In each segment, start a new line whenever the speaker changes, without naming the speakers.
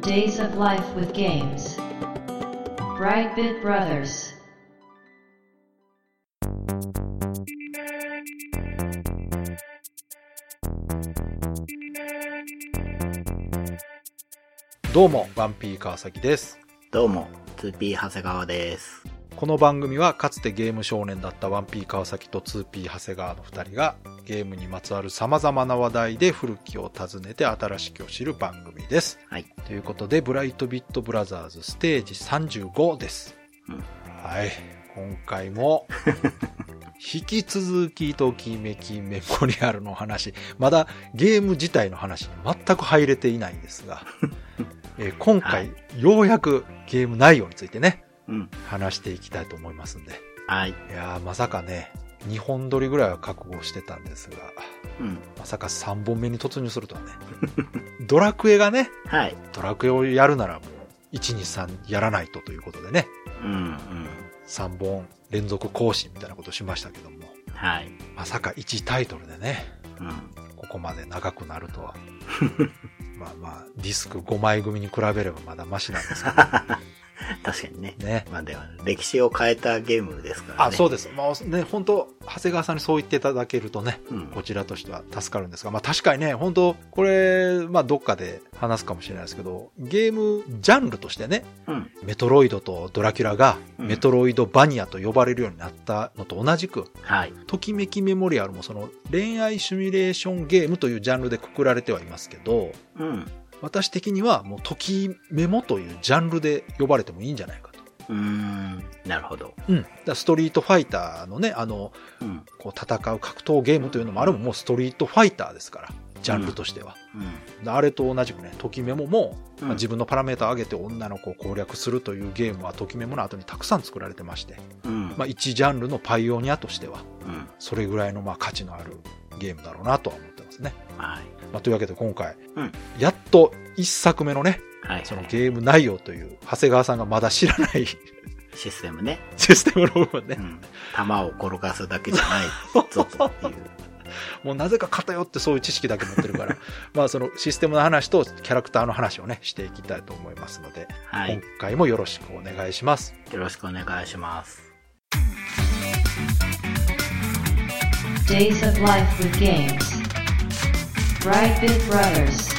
Days of Life with Games. Brightbit Brothers.
どうも、ワンピー川崎です。
どうも、2P 長谷川です。
この番組はかつてゲーム少年だったワンピー川崎と 2P 長谷川の2人がゲームにまつわる様々な話題で古きを訪ねて新しきを知る番組です。
はい。
ということで、ブライトビットブラザーズステージ35です。
うん
はい。今回も、 引き続きときめきメモリアルの話、まだゲーム自体の話に全く入れていないんですが、えー今回、
は
ようやくゲーム内容についてね、
うん。
話していきたいと思いますんで。
はい。
いやー、まさかね、2本撮りぐらいは覚悟してたんですが、
うん。
まさか3本目に突入するとはね。ドラクエがね、
はい。
ドラクエをやるならもう、1、2、3やらないとということでね、
うん。うん。
3本連続更新みたいなことしましたけども、
はい。
まさか1タイトルでね、
うん。
ここまで長くなるとは。まあまあ、ディスク5枚組に比べればまだマシなんですけ
確かにね。。
どね
まあでは、歴史を変えたゲームですからね。。
あ、そううです。まあね、本当長谷川さんにそう言っていただけるとね、
うん。
こちらとしては助かるんですが、まあ確かにね、本当これ、まあどっかで話すかもしれないですけど、ゲームジャンルとしてね、
うん。
メトロイドとドラキュラが
うん
メトロイドバニアと呼ばれるようになったのと同じく、
はい。
ときめきメモリアルもその恋愛シミュレーションゲームというジャンルでくくられてはいますけど、
うん。
私的にはもうときメモというジャンルで呼ばれてもいいんじゃないかと。
うーん。なるほど。
うん。だからストリートファイターのね、あの、
うん。
こう戦う格闘ゲームというのもあれももうストリートファイターですから、ジャンルとしては。あれと同じくね、ときメモも、
うん。
まあ自分のパラメータを上げて女の子を攻略するというゲームはときメモの後にたくさん作られてまして、
分。うん。
まあ、一ジャンルのパイオニアとしては、
うん。
それぐらいのまあ価値のあるゲームだろうなとは思ってますね。
はい。
まあ、というわけで今回、
うん
やっと一作目のね、
はい。
そのゲーム内容という、長谷川さんがまだ知らない
システムね。
システムの部分ね
う、ん。弾を転がすだけじゃないぞとっ ていう。
もうなぜか偏ってそういう知識だけ持ってる から、まあそのシステムの話とキャラクターの話をね、していきたいと思いますので、
はい。
今
よ
回もよろしくお願いします。
ろしくお願いします。
Days of Life with Games. Brightbit Brothers.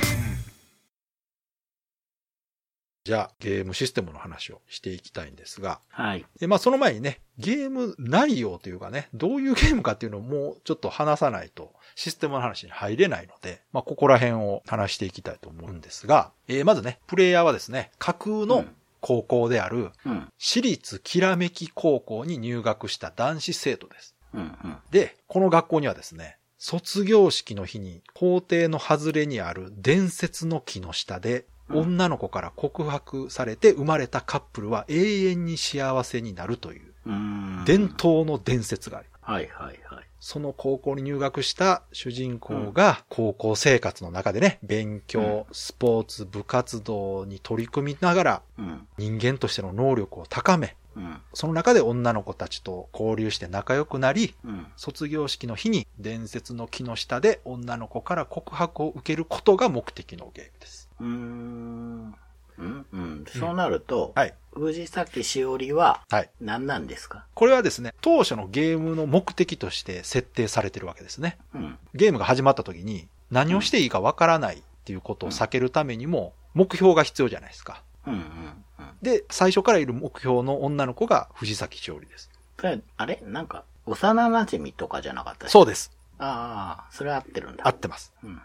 じゃあ、ゲームシステムの話をしていきたいんですが、
はい。
でまあ、その前にね、ゲーム内容というかね、どういうゲームかっていうのをもうちょっと話さないと、システムの話に入れないので、まあ、ここら辺を話していきたいと思うんですが、えーまずね、プレイヤーはですね、架空
う
の
ん
高校である、
うん。
私立きらめき高校に入学した男子生徒です。
うん。うん。
で、この学校にはですね、卒業式の日に校庭の外れにある伝説の木の下で、
うん
女の子から告白されて生まれたカップルは永遠に幸せになるという
うーん。
伝。統の伝説があります。
はいはいはい。
その高校に入学した主人公が高校生活の中でね、勉強、スポーツ、部活動に取り組みながら
うん。
人間としての能力を高め、
うん。
その中で女の子たちと交流して仲良くなり、
うん。
卒業式の日に伝説の木の下で女の子から告白を受けることが目的のゲームです。
うーん。うん、うん、そうなると、
はい。
藤崎しおりは
はい。
何なんですか
これはですね、当初のゲームの目的として設定されてるわけですね。
うん。
ゲームが始まった時に何をしていいかわからないっていうことを避けるためにも目標が必要じゃないですか。
うん、うん、うん。
で、最初からいる目標の女の子が藤崎勝利です。
それ、あれなんか、幼馴染とかじゃなかった。
そううです。
ああ、それ合ってるんだ。
合ってます。
うん、うん。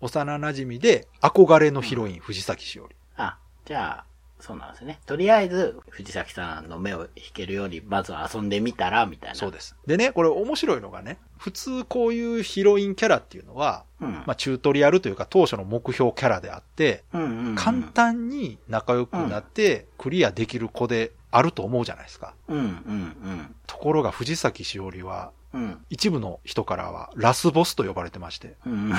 幼馴染で憧れのヒロイン藤崎勝利。
あ、じゃあ、そうなんですね。とりあえず、藤崎さんの目を引けるより、まずは遊んでみたら、みたいな。
そうです。でね、これ面白いのがね、普通こういうヒロインキャラっていうのは、
うん。
まあ、チュートリアルというか当初の目標キャラであって、
うん、うんうん。
簡。単に仲良くなってクリアできる子であると思うじゃないですか。
うん、うん、
ところが藤崎しおりは、
うん。うん。
一部の人からはラスボスと呼ばれてまして、
うん。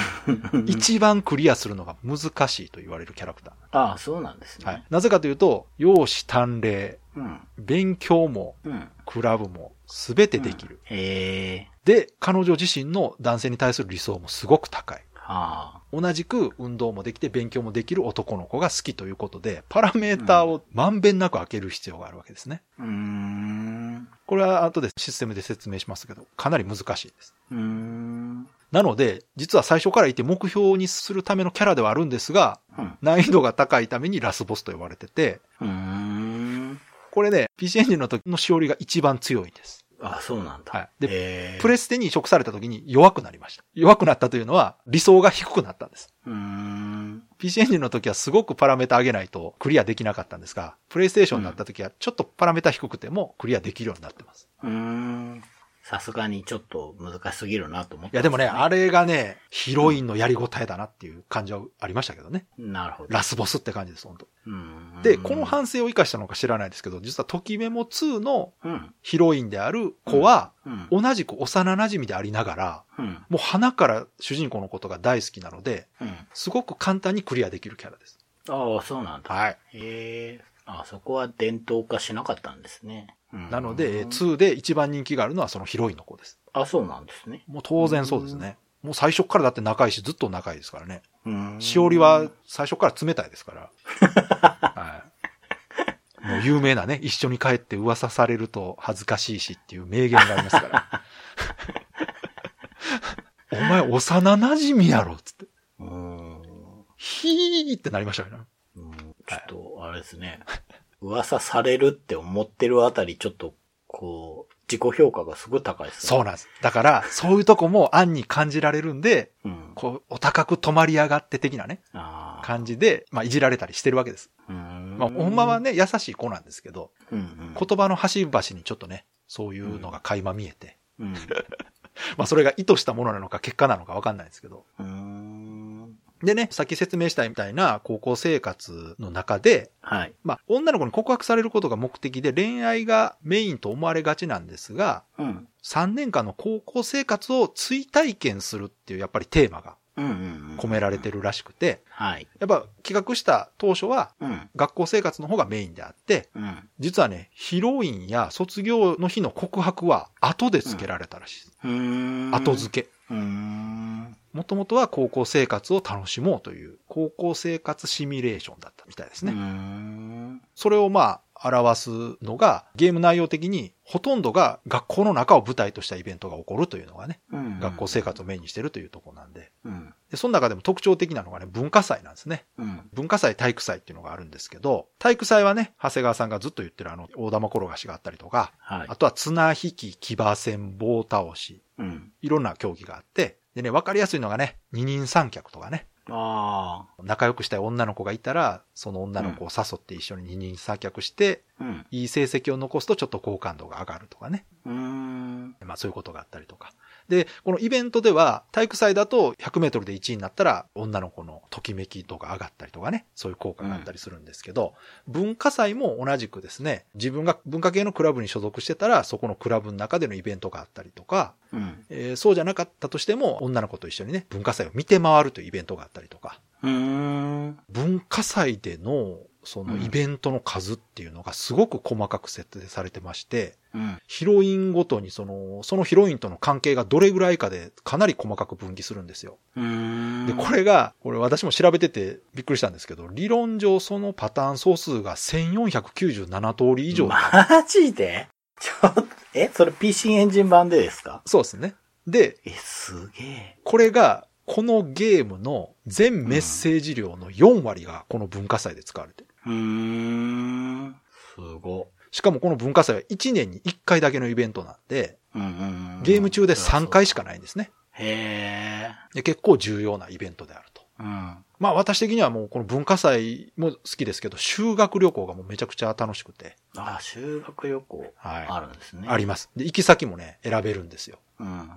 一番クリアするのが難しいと言われるキャラクタ
ああ、そうなんです
ー。
ね。
はい。。なぜかというと、容姿端麗、
うん。
勉強も、
うん。
クラブも、すべてできる。
へえ。
で、彼女自身の男性に対する理想もすごく高い。
あ
同じく運動もできて勉強もできる男の子が好きということで、パラメーターをまんべんなく開ける必要があるわけですね。
あ。うーん。
これは後でシステムで説明しますけど、かなり難しいです。
うーん。
なので、実は最初からいて目標にするためのキャラではあるんですが、
うん。
難易度が高いためにラスボスと呼ばれてて、
うーん。
これね、PC エンジンの時のしおりが一番強いんです。
あ、そうなんだ。
はい。で、
で
プレ
ス。
ステに移植された時に弱くなりました。弱くなったというのは理想が低くなったんです。
うーん。
PC エンジンの時はすごくパラメータ上げないとクリアできなかったんですが、プレイステーションになった時はちょっとパラメータ低くてもクリアできるようになってます。
うーん。さすがにちょっと難しすぎるなと思っ
い
て。
やでもね、あれがね、ヒロインのやりごたえだなっていう感じはありましたけどね。
なるほど。
ラスボスって感じです、本当
うーん
で、この反省を生かしたのか知らないですけど、実はときメモ2の
うん。
ヒロインである子は、
うん。
同じく幼馴染でありながら、
うん。
もう花から主人公のことが大好きなので、
うん。
すごく簡単にクリアできるキャラです。
ああ、そうなんだ。
はい。
へえ。あ、そこは伝統化しなかったんですね。うん
なので、えー2で一番人気があるのはそのヒロインの子です。
あ、そうなんですね。
もう当然そうですね。もう最初からだって仲いいし、ずっと仲いいですからね。
うーん
しおりは、最初から冷たいです から。はい。もう有名なね、一緒に帰って噂されると恥ずかしいしっていう名言がありますから。 お前幼馴染やろっつって。
うーん。
ひーってなりましたよね。
うんちょっと、あれですね。噂されるって思ってるあたり、ちょっと、こう、自己評価がすごい高いですね。
そうなんです。だから、そういうとこも暗に感じられるんで、
う。うん。
こう、お高く止まりやがって的なね、
ああ。
感じで、まあ、いじられたりしてるわけです。
うーん
まあ、ほんまは、ね、優しい子なんですけど、
うんうん。
言葉の端々にちょっとね、そういうのが垣間見えて、
うん。
まあ、それが意図したものなのか、結果なのかわかんないですけど。
うーん。
でね、さっき説明したみたいな高校生活の中で、
はい。
まあ、女の子に告白されることが目的で恋愛がメインと思われがちなんですが、
うん。
3年間の高校生活を追体験するっていうやっぱりテーマが
うんうんうん。
込められてるらしくて、
はい。
やっぱ企画した当初は
うん。
学校生活の方がメインであって、
うん。
実はね、ヒロインや卒業の日の告白は後で付けられたらしいです。
うーん。
後付け。
うーん。
もともとは高校生活を楽しもうという、高校生活シミュレーションだったみたいです
うー
ね。
ん。
それをまあ、表すのが、ゲーム内容的に、ほとんどが学校の中を舞台としたイベントが起こるというのがね、
うん
学校生活をメインにしてるというところなんで。
うん。
で、その中でも特徴的なのがね、文化祭なんですね。
うん。
文化祭、体育祭っていうのがあるんですけど、体育祭はね、長谷川さんがずっと言ってるあの、大玉転がしがあったりとか、
はい
あ。とは綱引き、騎馬戦、棒倒し、
うん。
いろんな競技があって、でね、わかりやすいのがね、二人三脚とかね、
あ
仲良くしたい女の子がいたら、その女の子を誘って一緒に二人三脚して、
あ。うん。
いい成績を残すとちょっと好感度が上がるとかね。
うーん。
まあそういうことがあったりとか。で、このイベントでは、体育祭だと100メートルで1位になったら、女の子のときめき度が上がったりとかね、そういう効果があったりするんですけど、文化祭も同じくですね、自分が文化系のクラブに所属してたら、そこのクラブの中でのイベントがあったりとか、
うん。
えーそうじゃなかったとしても、女の子と一緒にね、文化祭を見て回るというイベントがあったりとか、
うーん。
文化祭での、そのイベントの数っていうのがすごく細かく設定されてまして、
うん。
ヒロインごとにその、そのヒロインとの関係がどれぐらいかでかなり細かく分岐するんですよ。
うーん。
で、これが、これ私も調べててびっくりしたんですけど、理論上そのパターン総数が1497通り以上。
マジで ちょっと、え、それ PC エンジン版でですか
そうですね。で、
え、すげえ。
これが、このゲームの全メッセージ量の4割がこの文化祭で使われてる。
うーん。すご。
しかもこの文化祭は1年に1回だけのイベントなんで、
うんうんうん。
ゲーム中で3回しかないんですね。
へえ。
で結構重要なイベントであると。
うん。
まあ私的にはもうこの文化祭も好きですけど、修学旅行がもうめちゃくちゃ楽しくて、
あ、修学旅行
はい
あるんですね。
あります。で、行き先もね、選べるんですよ。
うんうんうん。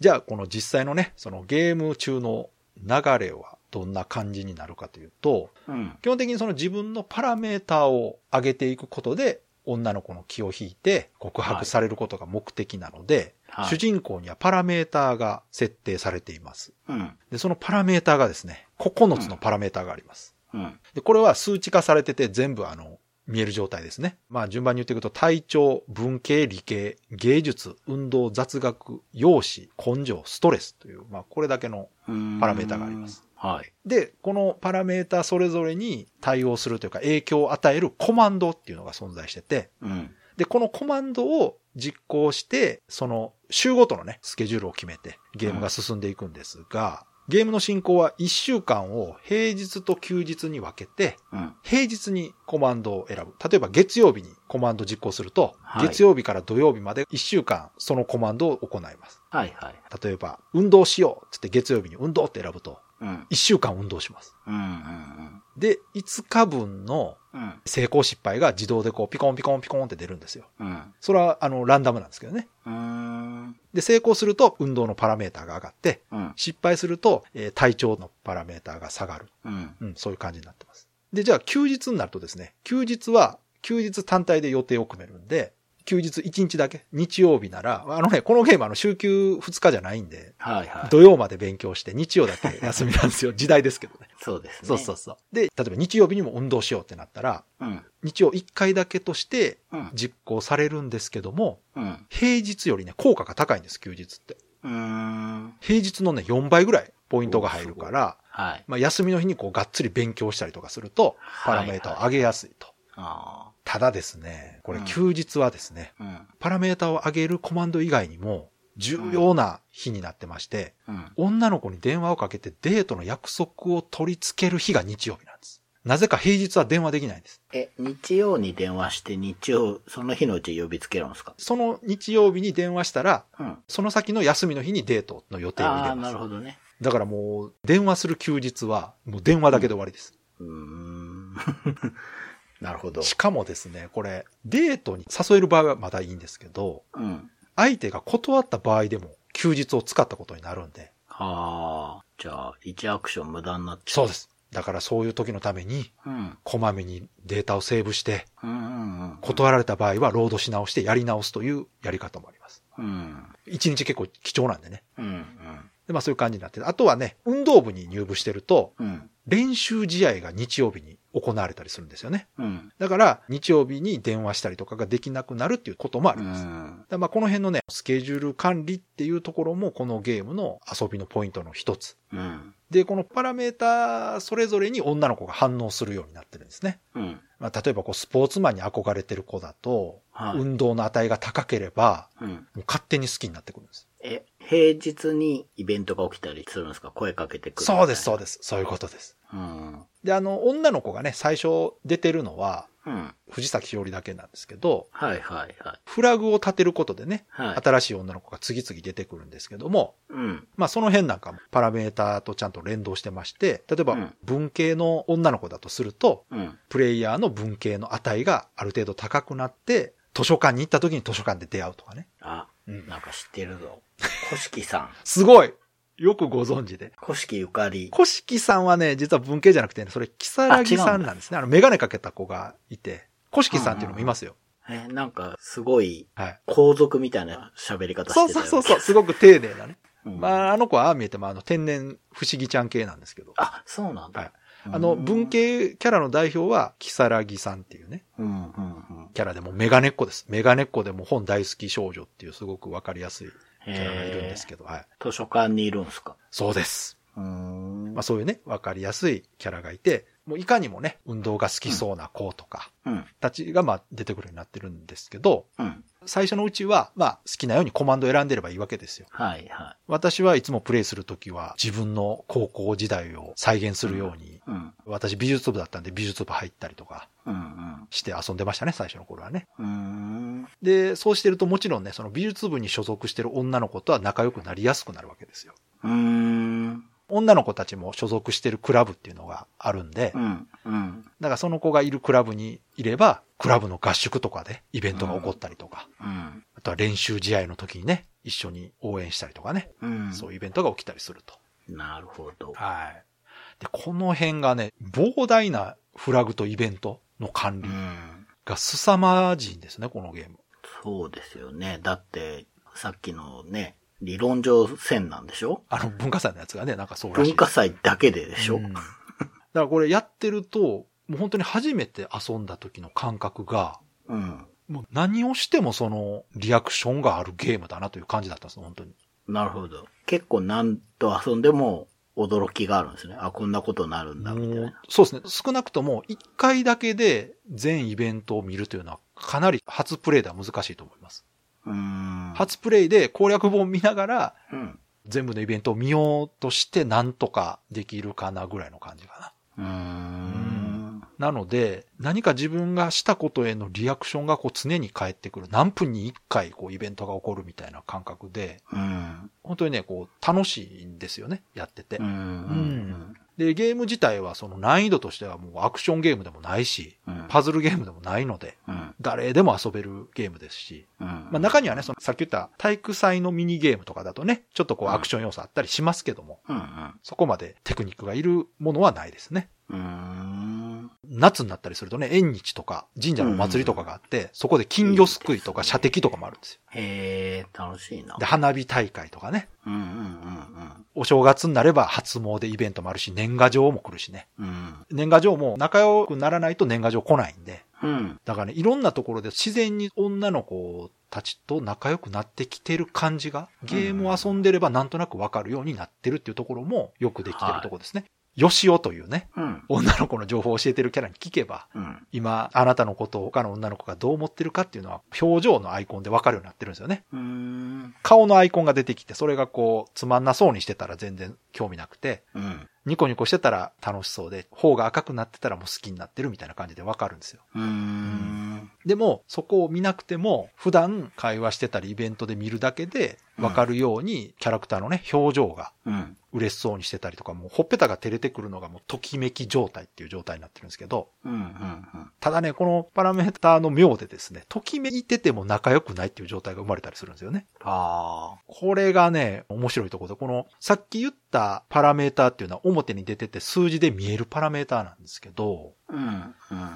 じゃあこの実際のね、そのゲーム中の流れはどんな感じになるかというと、
うん。
基本的にその自分のパラメーターを上げていくことで、女の子の気を引いて告白されることが目的なので、
はい
主人公にはパラメーターが設定されています。
うん。
で、そのパラメーターがですね、9つのパラメーターがあります。
うん。
で、これは数値化されてて全部あの、見える状態ですね。まあ順番に言っていくと、体調、文系、理系、芸術、運動、雑学、容姿、根性、ストレスという、まあこれだけの
うん
パラメータがあります。
はい。
で、このパラメータそれぞれに対応するというか影響を与えるコマンドっていうのが存在してて、
うん。
で、このコマンドを実行して、その週ごとのね、スケジュールを決めてゲームが進んでいくんですが、ゲームの進行は1週間を平日と休日に分けて、
うん。
平日にコマンドを選ぶ。例えば月曜日にコマンド実行すると、
はい
月曜日から土曜日まで1週間そのコマンドを行います。
はいはい。
例えば、運動しようってって月曜日に運動って選ぶと、
うん。
1週間運動します。
うんうん
で、5日分の
うん。うん。
成功失敗が自動でこうピコンピコンピコンって出るんですよ。
うん。
それはあのランダムなんですけどね。
うーん。
で、成功すると運動のパラメーターが上がって、
うん。
失敗すると、えー体調のパラメーターが下がる。
うん。
うん、そういう感じになってます。で、じゃあ休日になるとですね、休日は休日単体で予定を組めるんで、休日1日だけ、日曜日なら、あのね、このゲームあの週休2日じゃないんで、
はいはい。
土曜まで勉強して日曜だけ休みなんです よ。時代ですけどね。
そうですね。
そうそうそう。で、例えば日曜日にも運動しようってなったら、
う。うん。
日曜1回だけとして
うん。
実行されるんですけども、
うん。
平日よりね、効果が高いんです、休日って。
うーん。
平日のね、4倍ぐらいポイントが入るから、
はい。
まあ、休みの日にこう、がっつり勉強したりとかすると、パラメーターを上げやすいと。
あ
ただですね、これ
うん
休日はですね、
あ。うん。
パラメーターを上げるコマンド以外にも、重要な日になってまして、
うん。
女の子に電話をかけてデートの約束を取り付ける日が日曜日なんです。なぜか平日は電話できないんです。
え、日曜に電話して日曜、その日のうち呼びつけるんですか
その日曜日に電話したら、
うん。
その先の休みの日にデートの予定を入
あ
れ
あ、
ま
な
す
る。ほどね。
だからもう、電話する休日は、もう電話だけで終わりです。
うーん。 なるほど。
しかもですね、これ、デートに誘える場合はまだいいんですけど、
うん。
相手が断った場合でも、休日を使ったことになるんで。
はあ。じゃあ、1アクション無駄になっちゃ
そうです。だからそういう時のために、
う。うん。
こまめにデータをセーブして、
うんうん
断られた場合はロードし直してやり直すというやり方もあります。
うん。うん。
一日結構貴重なんでね。
うん
でまあそういう感じになっててあとはね、運動部に入部してると、
うん。うん。
練習試合が日曜日に行われたりするんですよね。
うん。
だから、日曜日に電話したりとかができなくなるっていうこともあり
う
ます。
ん。
だからまあこの辺のね、スケジュール管理っていうところも、このゲームの遊びのポイントの一つ。
うん。
で、このパラメータそれぞれに女の子が反応するようになってるんですね。
うん。
まあ、例えばこうスポーツマンに憧れてる子だと、
はい。
運動の値が高ければ、
うん。
もう勝手に好きになってくるんです。
え、平日にイベントが起きたりするんですか声かけてくる。
そうです、そう
す。
です。そういうことです。
うん。
で、あの、女の子がね、最初出てるのは、
うん。
藤崎しおりだけなんですけど、
はいはいはい。
フラグを立てることでね、
はい。
新しい女の子が次々出てくるんですけども、
うん。
まあその辺なんかもパラメーターとちゃんと連動してまして、例え
う
ば
ん
文系の女の子だとすると、
うん。
プレイヤーの文系の値がある程度高くなって、図書館に行った時に図書館で出会うとかね。
あ、
うん
なんか知ってるぞ。古式さん。
すごいよくご存知で。
古式ゆかり。
古式さんはね、実は文系じゃなくてね、それ、木更木さんなんですね。あの、メガネかけた子がいて、古式さんっていうのもいますよ。
え、なんか、すごい、
はい。
皇族みたいな喋り方してた
そ
よ
うそうそうそう、すごく丁寧だね。
うん
まあ、あの子はああ見えても、あの、天然不思議ちゃん系なんですけど。
あ、そうなんだ。
はいあの、文。系キャラの代表は、木更木さんっていうね、
うん、うん、うん。
キャラでもうメガネっ子です。メガネっ子でもう本大好き少女っていうすごくわかりやすいキャラがいるん
へ
で
ー
すけど、はい。
図書館にいるんすか
そうです。
うーん。
まあそういうね、わかりやすいキャラがいて、もういかにもね、運動が好きそうな子とか、
うん、
たちがまあ出てくるようになってるんですけど、
うん。
最初のうちは、まあ好きなようにコマンドを選んでればいいわけですよ。
はい、は
私はいつもプレイするときは自分の高校時代を再現するように、
い。うん、
私美術部だったんで美術部入ったりとか
うん、
して遊んでましたね、最初の頃はね。
うん。うーん。
で、そうしてるともちろんね、その美術部に所属してる女の子とは仲良くなりやすくなるわけですよ。
うーん。
女の子たちも所属してるクラブっていうのがあるんで、
うん、うん、
だからその子がいるクラブにいれば、クラブの合宿とかでイベントが起こったりとか、
うん。
あとは練習試合の時にね、一緒に応援したりとかね、
うん。
そういうイベントが起きたりすると。
なるほど。
はい。で、この辺がね、膨大なフラグとイベントの管
う
理
ん。
が凄まじいんですね、このゲーム。
そうですよね。だって、さっきのね、理論上線なんでしょ
あの、文化祭のやつがね、なんかそうらしい。
文化祭だけででし
う
ょ、
んだからこれやってると、もう本当に初めて遊んだ時の感覚が、
うん。
もう何をしてもそのリアクションがあるゲームだなという感じだったんです、本当に。
なるほど。結構何と遊んでも驚きがあるんですね。あ、こんなことになるんだ、みたい
もう
な。
そうですね。少なくとも1回だけで全イベントを見るというのはかなり初プレイでは難しいと思います。
うーん。
初プレイで攻略本見ながら
うん。
全部のイベントを見ようとしてなんとかできるかなぐらいの感じかな。
うーん。
なので、何か自分がしたことへのリアクションがこう常に返ってくる。何分に1回こうイベントが起こるみたいな感覚で、
うん。
本当にね、こう楽しいんですよね、やってて
うん。。うん。
で、ゲーム自体はその難易度としてはもうアクションゲームでもないし、
うん。
パズルゲームでもないので、
うん。
誰でも遊べるゲームですし、
うん。
まあ中にはね、そのさっき言った体育祭のミニゲームとかだとね、ちょっとこうアクション要素あったりしますけども、
うん。うん。
そこまでテクニックがいるものはないですね。
うーん。
夏になったりするとね、縁日とか神社のお祭りとかがあって、そこで金魚すくいとか
いいです
射
ね
的とかもあるんですよ。
へえ、楽しいな
で、。花火大会とかね、
うんうんうん
お正月になれば初詣イベントもあるし、年賀状も来るしね。
うん。うん。
年賀状も仲良くならないと年賀状来ないんで、
うん。
だからね、いろんなところで自然に女の子たちと仲良くなってきてる感じが、ゲームを遊んでればなんとなくわかるようになってるっていうところもよくできてるところですね。よしおというね、
うん。
女の子の情報を教えてるキャラに聞けば、
うん。
今、あなたのことを他の女の子がどう思ってるかっていうのは、表情のアイコンでわかるようになってるんですよね。
うーん。
顔のアイコンが出てきて、それがこう、つまんなそうにしてたら全然興味なくて、
うん。
ニコニコしてたら楽しそうで、頬が赤くなってたらもう好きになってるみたいな感じでわかるんですよ。
うーん。
でも、そこを見なくても、普段会話してたりイベントで見るだけで、わかるように、キャラクターのね、表情が
うん。
嬉しそうにしてたりとか、もうほっぺたが照れてくるのがもうときめき状態っていう状態になってるんですけど、
うん。うん。
ただね、このパラメーターの妙でですね、ときめいてても仲良くないっていう状態が生まれたりするんですよね。
あ
これがね、面白いところで、この、さっき言ったパラメーターっていうのは表に出てて数字で見えるパラメーターなんですけど、
あ。うん。うん。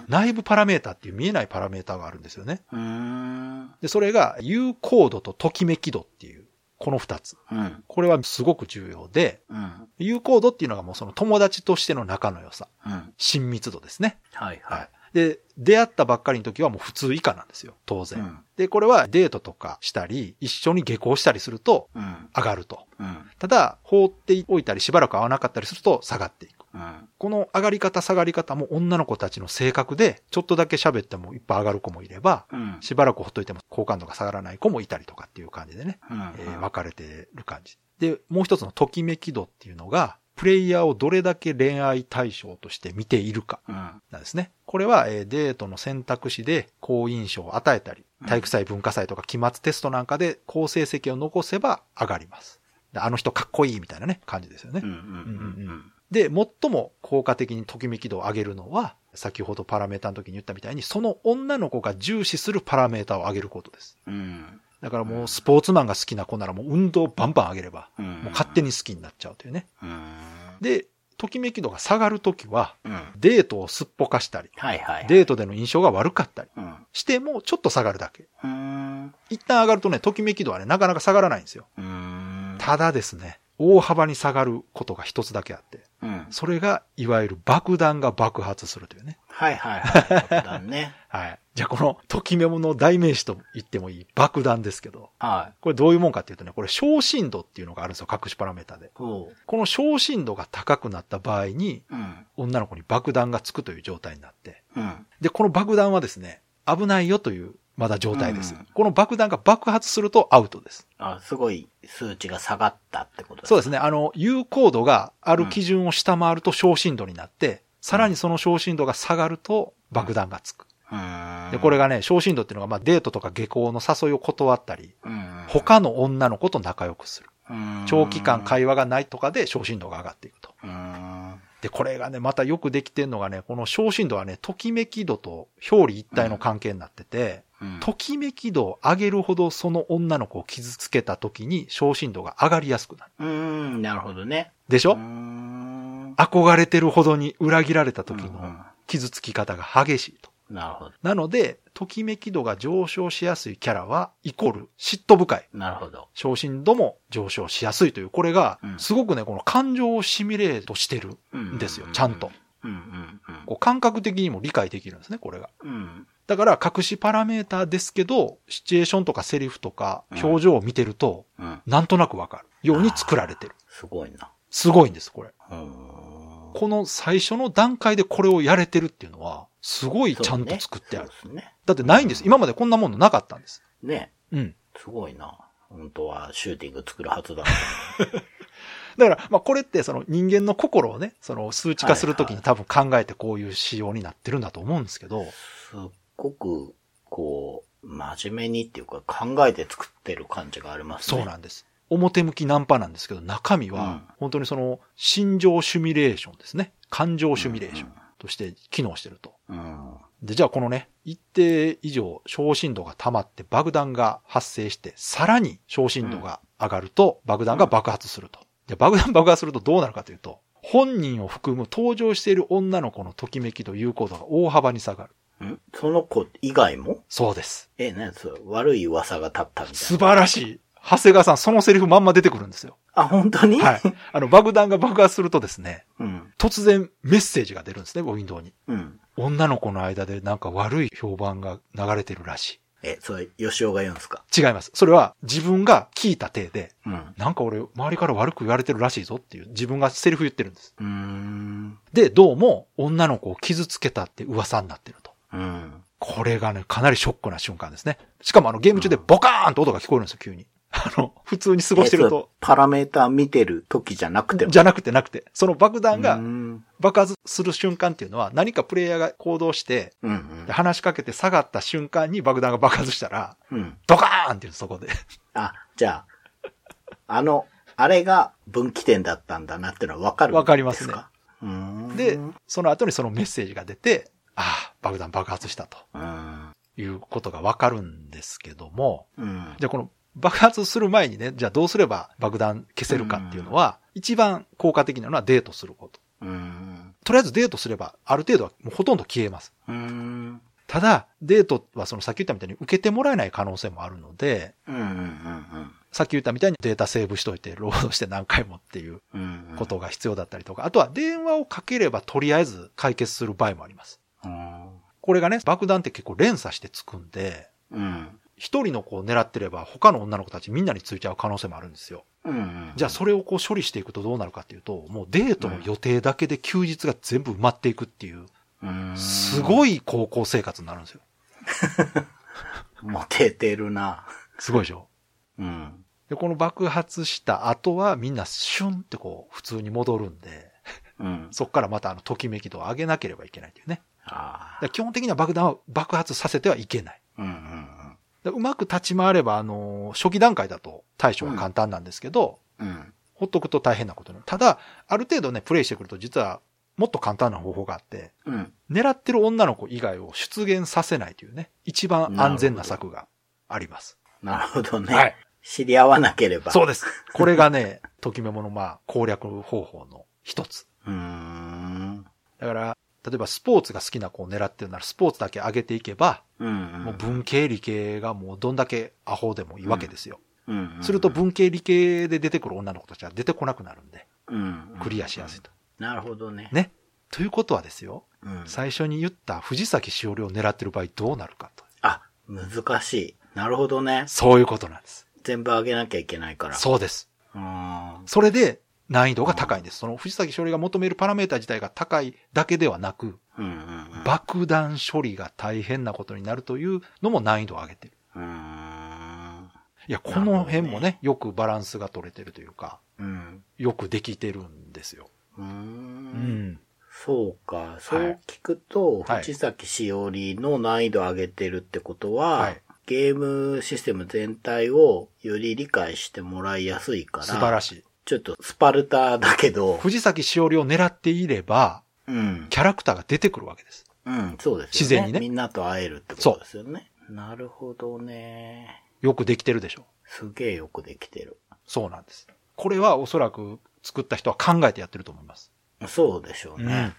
内部パラメーターっていう見えないパラメーターがあるんですよね。
うーん。
で、それが、有効度とときめき度っていう、この二つ。
うん。
これはすごく重要で、
うん。
有効度っていうのがもうその友達としての仲の良さ、
うん。
親密度ですね。
はいはい。。
で、出会ったばっかりの時はもう普通以下なんですよ、当
う
然。
ん。
で、これはデートとかしたり、一緒に下校したりすると
うん。
上がると。
うん。
ただ、放っておいたりしばらく会わなかったりすると下がっていく。
うん。
この上がり方下がり方も女の子たちの性格で、ちょっとだけ喋ってもいっぱい上がる子もいれば、
うん。
しばらくほっといても好感度が下がらない子もいたりとかっていう感じでね、
うん。
えー分かれてる感じ。で、もう一つのときめき度っていうのが、プレイヤーをどれだけ恋愛対象として見ているか
うん。
なんですね。これは、えーデートの選択肢で好印象を与えたり、体育祭、文化祭とか期末テストなんかで好成績を残せば上がります。であの人かっこいいみたいなね、感じですよね。
うん。うん。
で、最も効果的にときめき度を上げるのは、先ほどパラメータの時に言ったみたいに、その女の子が重視するパラメータを上げることです。
うん。
だからもうスポーツマンが好きな子ならもう運動バンバン上げれば、
うん。
もう勝手に好きになっちゃうというね。
うん。
で、ときめき度が下がるときは、
うん。
デートをすっぽかしたり、
はいはい。、
デートでの印象が悪かったり
うん。
しても、ちょっと下がるだけ。
うん。
一旦上がるとね、ときめき度はね、なかなか下がらないんですよ。
うん。
ただですね、大幅に下がることが一つだけあって、
うん。
それが、いわゆる爆弾が爆発するというね。
はいはいはい。だね。
はい。じゃあこの、ときめもの代名詞と言ってもいい爆弾ですけど、
はい。
これどういうもんかっていうとね、これ昇進度っていうのがあるんですよ、各種パラメータで。
そ
この昇進度が高くなった場合に、
う。うん。
女の子に爆弾がつくという状態になって、
うん。
で、この爆弾はですね、危ないよという、まだ状態です。
うん
この爆弾が爆発するとアウトです。
あ、すごい数値が下がったってこと。
そうですすね。あの、有効度がある基準を下回ると昇進度になって、さらにその昇進度が下がると爆弾がつく。
うん。
で、これ
が、
がね、昇進度っていうのが、まあ、デートとか下校の誘いを断ったり、
うん。
他の女の子と仲良くする。
うん、
長期間会話がないとかで昇進度が上がっていくと。
うん。
で、これがね、またよくできてんのがね、この昇進度はね、ときめき度と表裏一体の関係になってて、
うん。
ときめき度を上げるほどその女の子を傷つけた時に昇進度が上がりやすくなる。
うん。なるほどね。
でしょ、
うん。
憧れてるほどに裏切られた時
う
の
ん
傷つき方が激しいと。
なるほど。
なので、ときめき度が上昇しやすいキャラは、イコール嫉妬深い。
なるほど。
昇進度も上昇しやすいという、これが
う、ん
すごくね、この感情をシミュレートしてるんですよ、ちゃんと。
うんうんうん。うん
こう感覚的にも理解できるんですね、これが。
うん。
だから隠しパラメーターですけど、シチュエーションとかセリフとか
うん
表情を見てると、
うん。
なんとなくわかるように作られてる。
すごいな。
すごいんです、これ。
うん。
この最初の段階でこれをやれてるっていうのは、すごいちゃんと作ってある。
そうですね。
だってないんです。今までこんなものなかったんです。
ね。
うん。
すごいな。本当はシューティング作るはずだった
だから、まあこれってその人間の心をね、その数値化するとき
は
に多分考えてこういう仕様になってるんだと思うんですけど、
すっごく、こう、真面目にっていうか考えて作ってる感じがありますね。
そうなんです。表向きナンパなんですけど、中身は
うん
本当にその心情シミュレーションですね。感情シミュレーションとして機能してると。
うん。うん。
で、じゃあこのね、一定以上小振動が溜まって爆弾が発生して、さらに小振動が上がると爆弾が爆発すると。で、爆弾 爆発するとどうなるかというと、本人を含む登場している女の子のときめきと有効度が大幅に下がる。
んその子以外も
そうです。
え、ね、そう、悪い噂が立ったみたいな。
素晴らしい。長谷川さん、そのセリフまんま出てくるんですよ。
あ、本当に
はい。あの、爆弾が爆発するとですね、
うん。
突然メッセージが出るんですね、ウィンドウに。
うん。
女の子の間でなんか悪い評判が流れてるらし
え、それ、吉尾が言うんですか
い。違います。それは自分が聞いた体で、
うん。
なんか俺、周りから悪く言われてるらしいぞっていう、自分がセリフ言ってるんです。
うーん。
で、どうも、女の子を傷つけたって噂になってると。
うん。
これがね、かなりショックな瞬間ですね。しかもあの、ゲーム中でボカーンと音が聞こえるんですよ、急に。 あの、普通に過ごしてる
えそれ
と。
パラメーター見てる時じゃなくても。
じゃなくてなくて、その爆弾
う
が
ーん
爆発する瞬間っていうのは、何かプレイヤーが行動して、
うんうん
で。話しかけて下がった瞬間に爆弾が爆発したら、
うん。
ドカーンっていうそこで。
あ、じゃあ、あの、あれが分岐点だったんだなってのはわかる
わかりますね
ですかうーん
で、その後にそのメッセージが出て、ああ、爆弾爆発したと
うん。
いうことがわかるんですけども、
うん。
じゃあこの爆発する前にね、じゃあどうすれば爆弾消せるかっていうのは、一番効果的なのはデートすること。
うん。
とりあえずデートすれば、ある程度はもうほとんど消えます。
うん。
ただ、デートはそのさっき言ったみたいに受けてもらえない可能性もあるので、
うん。うん。
さっき言ったみたいにデータセーブしといて、ロードして何回もっていう
うん。
ことが必要だったりとか、あとは電話をかければとりあえず解決する場合もあります。
うん。
これがね、爆弾って結構連鎖してつくんで、
うん。
一人の子を狙ってれば他の女の子たちみんなについちゃう可能性もあるんですよ。
うん。
じゃあそれをこう処理していくとどうなるかっていうと、もうデートの予定だけで休日が全部埋まっていくっていう、
うん。
す
い。
ごい高校生活になるんですよ。
モテてるな。
すごいでしょ
うん。
で、この爆発した後はみんなシュンってこう普通に戻るんで、
うん。
そこからまたあのときめき度を上げなければいけないっていうね。
あ
だから基本的には爆弾は爆発させてはいけない。
あ。うん。うん
だからうまく立ち回れば、あのー、初期段階だと対処は簡単なんですけど、
うん。うん。
ほっとくと大変なことになる。ただ、ある程度ね、プレイしてくると実はもっと簡単な方法があって、
うん。
狙ってる女の子以外を出現させないというね、一番安全な策があります。
なるほどね。
はい。
知り合わなければ。
そう
う。
です。これがね、ときめものまあ攻略方法の一つ。
うーん。
だから、例えばスポーツが好きな子を狙ってるならスポーツだけ上げていけば、
うんうん。
もう文系理系がもうどんだけアホでもいいわけですよ。
うんうん。
すると文系理系で出てくる女の子たちは出てこなくなるんで、
うん。
クリアしやすいと。
なるほどね。
ね。ということはですよ、
うん。
最初に言った藤崎しおりを狙ってる場合どうなるかと。
あ、難しい。なるほどね。
そういうことなんです。
全部上げなきゃいけないから。
そうです。
う。うん。
それで難易度が高いんです。その藤崎しおりが求めるパラメータ自体が高いだけではなく、
うんうんうん。
爆弾処理が大変なことになるというのも難易度を上げてる。
うーん。
いや、この辺
なる
も
ほど
ね、よくバランスが取れてるというか、
うん。
よくできてるんですよ。
うー。
うんん。
そうか。そう聞くと、
はい
藤崎しおりの難易度を上げてるってことは、
はい
ゲームシステム全体をより理解してもらいやすいから、
素晴らしい。
ちょっとスパルタだけど、
藤崎しおりを狙っていれば、
うん。
キャラクターが出てくるわけです。
うん、そうです
自
よね。
然にね
みんなと会えるってことですよね。なるほどね。
よくできてるでしょ。
すげえよくできてる。
そうなんです。これはおそらく作った人は考えてやってると思います。
そうでしょう
うん
ね。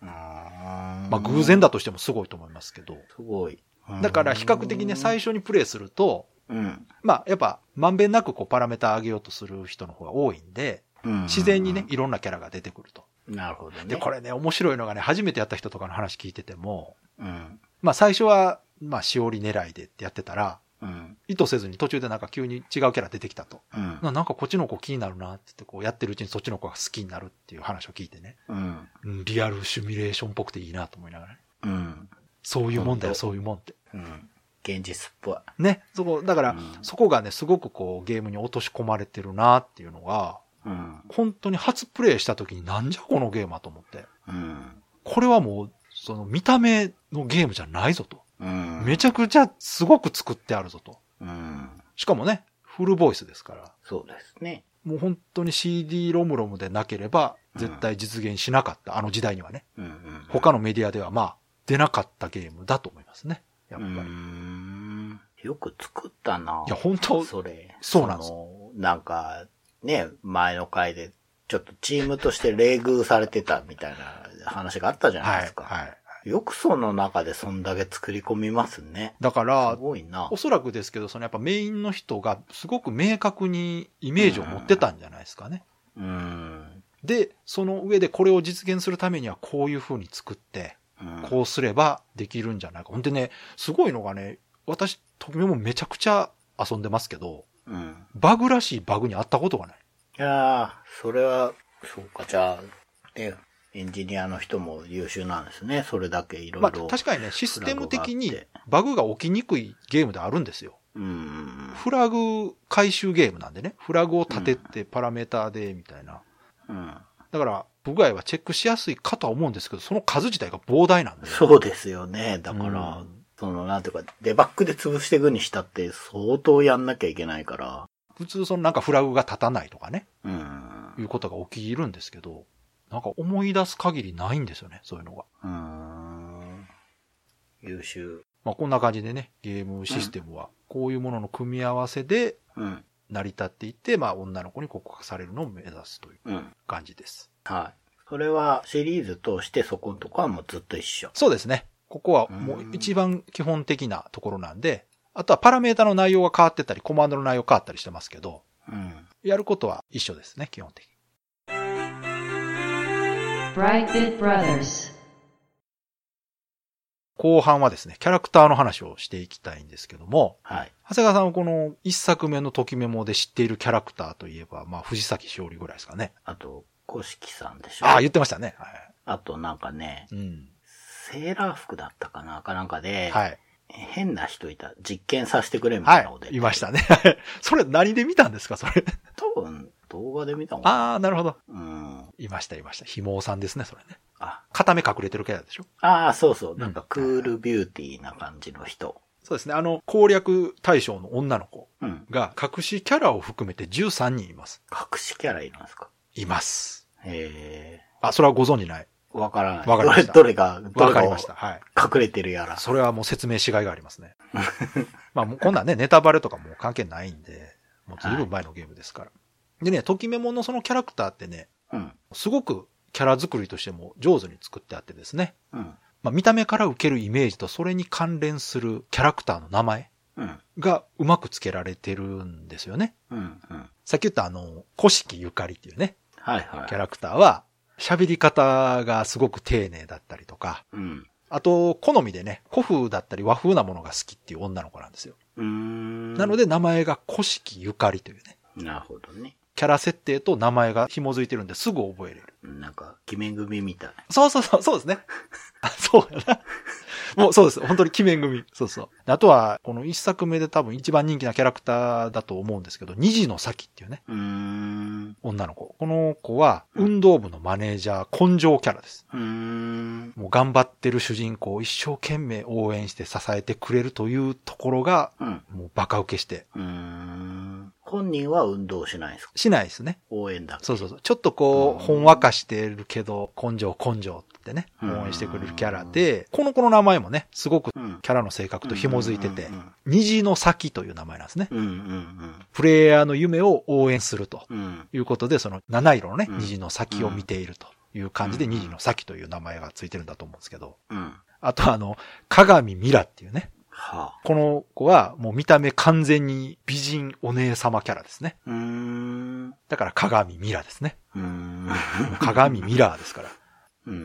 ま
まあ偶然
だ。
だとしてもすごいと思いますけど。
すごい。
だから比較的ね、最初にプレイすると、
うん、
まあやっぱまんべんなくこうパラメータ上げようとする人の方が多いんで、自然にね、いろんなキャラが出てくると。
なるほどね。
で、これね、面白いのがね、初めてやった人とかの話聞いてても、
うん。
まあ最初は、まあしおり狙いでってやってたら、
うん。
意図せずに途中でなんか急に違うキャラ出てきたと。
うん。
ななんかこっちの子気になるなって言ってこうやってるうちにそっちの子が好きになるっていう話を聞いてね。
うん。
うんリアルシミュレーションっぽくていいなと思いながらね。
うん。
そういうもんだよ、
本当
そういうもんって。
うん。現実っぽい。
ね。そこ、だから、
うん
そこがね、すごくこうゲームに落とし込まれてるなっていうのが、
うん。
本当に初プレイした時になんじゃこのゲームはと思って。
うん。
これはもう、その見た目のゲームじゃないぞと。
うん。
めちゃくちゃすごく作ってあるぞと。
うん。
しかもね、フルボイスですから。
そうですね。
もう本当に CD ロムロムでなければ絶対実現しなかった。あの時代にはね。
うん。うん。
他のメディアではまあ出なかったゲームだと思いますね。やっ
う
ぱり。い
ん。よく作ったな。
や本当、
それ。
そうなんです
のなんか、ね、前の回で、ちょっとチームとして冷遇されてたみたいな話があったじゃない
は
で
い
す。か。
はい。
よくその中でそんだけ作り込みますね。
だか
す
ら、
ごいな
お。そらくですけど、そのやっぱメインの人がすごく明確にイメージを持ってたんじゃないですかね。
うん。
で、その上でこれを実現するためにはこういう風に作って、
うん
こうすればできるんじゃないか。ほんでね、すごいのがね、私、時めもめちゃくちゃ遊んでますけど、
うん。
バグらしいバグにあったことがない。
いやーそれは、そうか、じゃあ、ね、エンジニアの人も優秀なんですね。それだけいろい
ま
ろ
あ、。確かにね、システム的に
フラグが
バグが起きにくいゲームではあるんですよ。
うんうん
フラグ回収ゲームなんでね、フラグを立ててパラメーターで、みたいな。
うん。うん。
だから、不具合はチェックしやすいかとは思うんですけど、その数自体が膨大なんで。
そうですよね。だから、
うん
その、なんていうか、デバッグで潰していくにしたって相当やんなきゃいけないから。
普通そのなんかフラグが立たないとかね、
うん
い。うことが起きるんですけど、なんか思い出す限りないんですよね、そういうのが。
うん。優秀。
まあ、こんな感じでね、ゲームシステムは、こういうものの組み合わせで
うん。
成り立っていって、まあ、女の子に告白されるのを目指すという
うん。
感じです。
はい。それはシリーズ通してそこのとこはもうずっと一緒。
そうですね。ここはもう一番基本的なところなんで、あとはパラメータの内容が変わってたり、コマンドの内容変わったりしてますけど、
うん。
やることは一緒ですね、基本的に。
Brightbit Brothers.
後半はですね、キャラクターの話をしていきたいんですけども、
はい。
長谷川さんはこの一作目のときメモで知っているキャラクターといえば、まあ、藤崎しおりぐらいですかね。
あと、五色さんでしょ。
ああ、言ってましたね。は
あとなんかね、
い。うん。
セーラー服だったかなかなんかで、
はい。
変な人いた。実験させてくれみた
はい
なので。
い。いましたね。はい それ何で見たんですかそれ。
多分、動画で見たもん。
ああ、なるほど。
うん。
いました、いました。ひもさんですね、それね。
あ、
片目隠れてるキャラでしょ
ああ、そうそう。
ん
なんかクールビューティーな感じの人。
そうですね。あの、攻略対象の女の子
うん。
が隠しキャラを含めて13人います。
隠しキャラいるんですか
います。
へ
あ、それはご存じない。
え。わからない。
わかりました
どれどれが、ど
わ
れ
か
が
りました。はい。
隠れてるやら。
それはもう説明しがいがありますね。 まあもうこんなんね、ネタバレとかもう関係ないんで、もうずいぶん前のゲームですから。でね、ときめものそのキャラクターってね、
うん。
すごくキャラ作りとしても上手に作ってあってですね、
うん。
まあ見た目から受けるイメージとそれに関連するキャラクターの名前
うん。
がうまく付けられてるんですよね。
うん。うん。
さっき言ったあの、古式ゆかりっていうね、
はいはい。
キャラクターは喋り方がすごく丁寧だったりとか、
うん。
あと、好みでね、古風だったり和風なものが好きっていう女の子なんですよ。
うーん。
なの
で。
で名前が古式ゆかりというね、
なるほどね。
キャラ設定と名前が紐づいてるんですぐ覚えれる。
なんか、決め組みたい。
そうそうそう、そうですね。 あそうやな。もうそうです。本当に鬼面組。そうそう。あとは、この一作目で多分一番人気なキャラクターだと思うんですけど、二児の咲っていうね、
うーん。
女の子。この子は運動部のマネージャー、根性キャラです。
うーん。
もう頑張ってる主人公を一生懸命応援して支えてくれるというところが、
うん。
もうバカ受けして、
うーん。本人は運動しないんですか
しないですね。
応援だけ。
そうそうそう。ちょっとこう、
うん
ほんわかしてるけど、根性根性ってね、
うん
応援してくれるキャラで、この子の名前もね、すごく
うん。
キャラの性格と紐づいてて
う、ん
虹の先という名前なんですね。
うんうん
プレイヤーの夢を応援すると
うん。うん。
いうことで、その七色のね、
うん
虹の先を見ているという感じで、
うん
虹の先という名前がついてるんだと思うんですけど、
うん。は
あとあの、鏡ミラっていうね、
あ。
この子はもう見た目完全に美人お姉様キャラですね。
うーん。
だから鏡ミラですね。
うーんうん。
鏡、ミラーですから。
うんうんう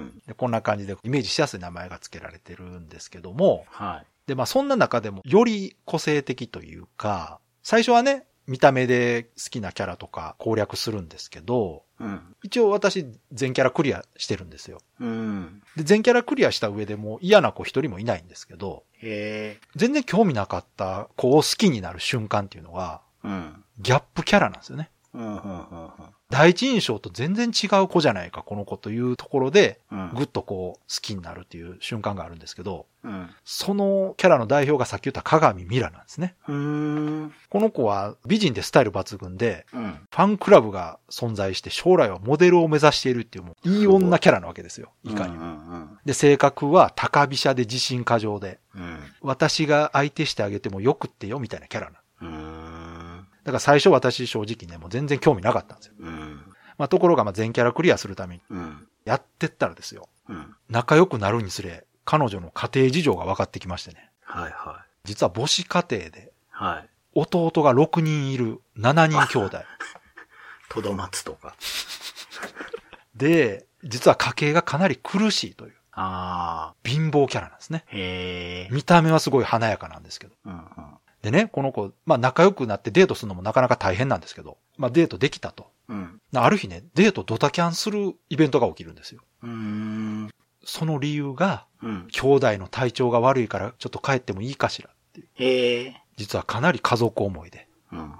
ん。
でこんな感じでイメージしやすい名前が付けられてるんですけども、
はい。
で、まあそんな中でもより個性的というか、最初はね、見た目で好きなキャラとか攻略するんですけど、
うん。
一応私全キャラクリアしてるんですよ。
うん。
で、全キャラクリアした上でもう嫌な子一人もいないんですけど、
へえ。
全然興味なかった子を好きになる瞬間っていうのが、
うん。
ギャップキャラなんですよね。
うんうんうん
第一印象と全然違う子じゃないか、この子というところで、
うん。
ぐっとこう、好きになるっていう瞬間があるんですけど、
うん。
そのキャラの代表がさっき言った鏡ミラなんですね。
うん。
この子は美人でスタイル抜群で、
うん。
ファンクラブが存在して将来はモデルを目指しているっていうもういい女キャラなわけですよ。いかに
う
も。
んうん
で、性格は高飛車で自信過剰で、
うん。
私が相手してあげてもよくってよみたいなキャラな。
うん。
だから最初私正直ね、もう全然興味なかったんですよ。
うん。
まあところがまあ全キャラクリアするために
うん。
やってったらですよ。
うん。
仲良くなるにつれ、彼女の家庭事情が分かってきましてね。
はいはい。
実は母子家庭で、
はい。
弟が6人いる7人兄弟。
とどまつとか。
で、実は家計がかなり苦しいという
ああ。
貧乏キャラなんですね。
へえ。
見た目はすごい華やかなんですけど。
うんうん。
でね、この子、まあ仲良くなってデートするのもなかなか大変なんですけど、まあデートできたと。
うん。
なある日ね、デートドタキャンするイベントが起きるんですよ。
うん。
その理由が、
うん。
兄弟の体調が悪いからちょっと帰ってもいいかしらっていう。
へえ。
実はかなり家族思いで。
うん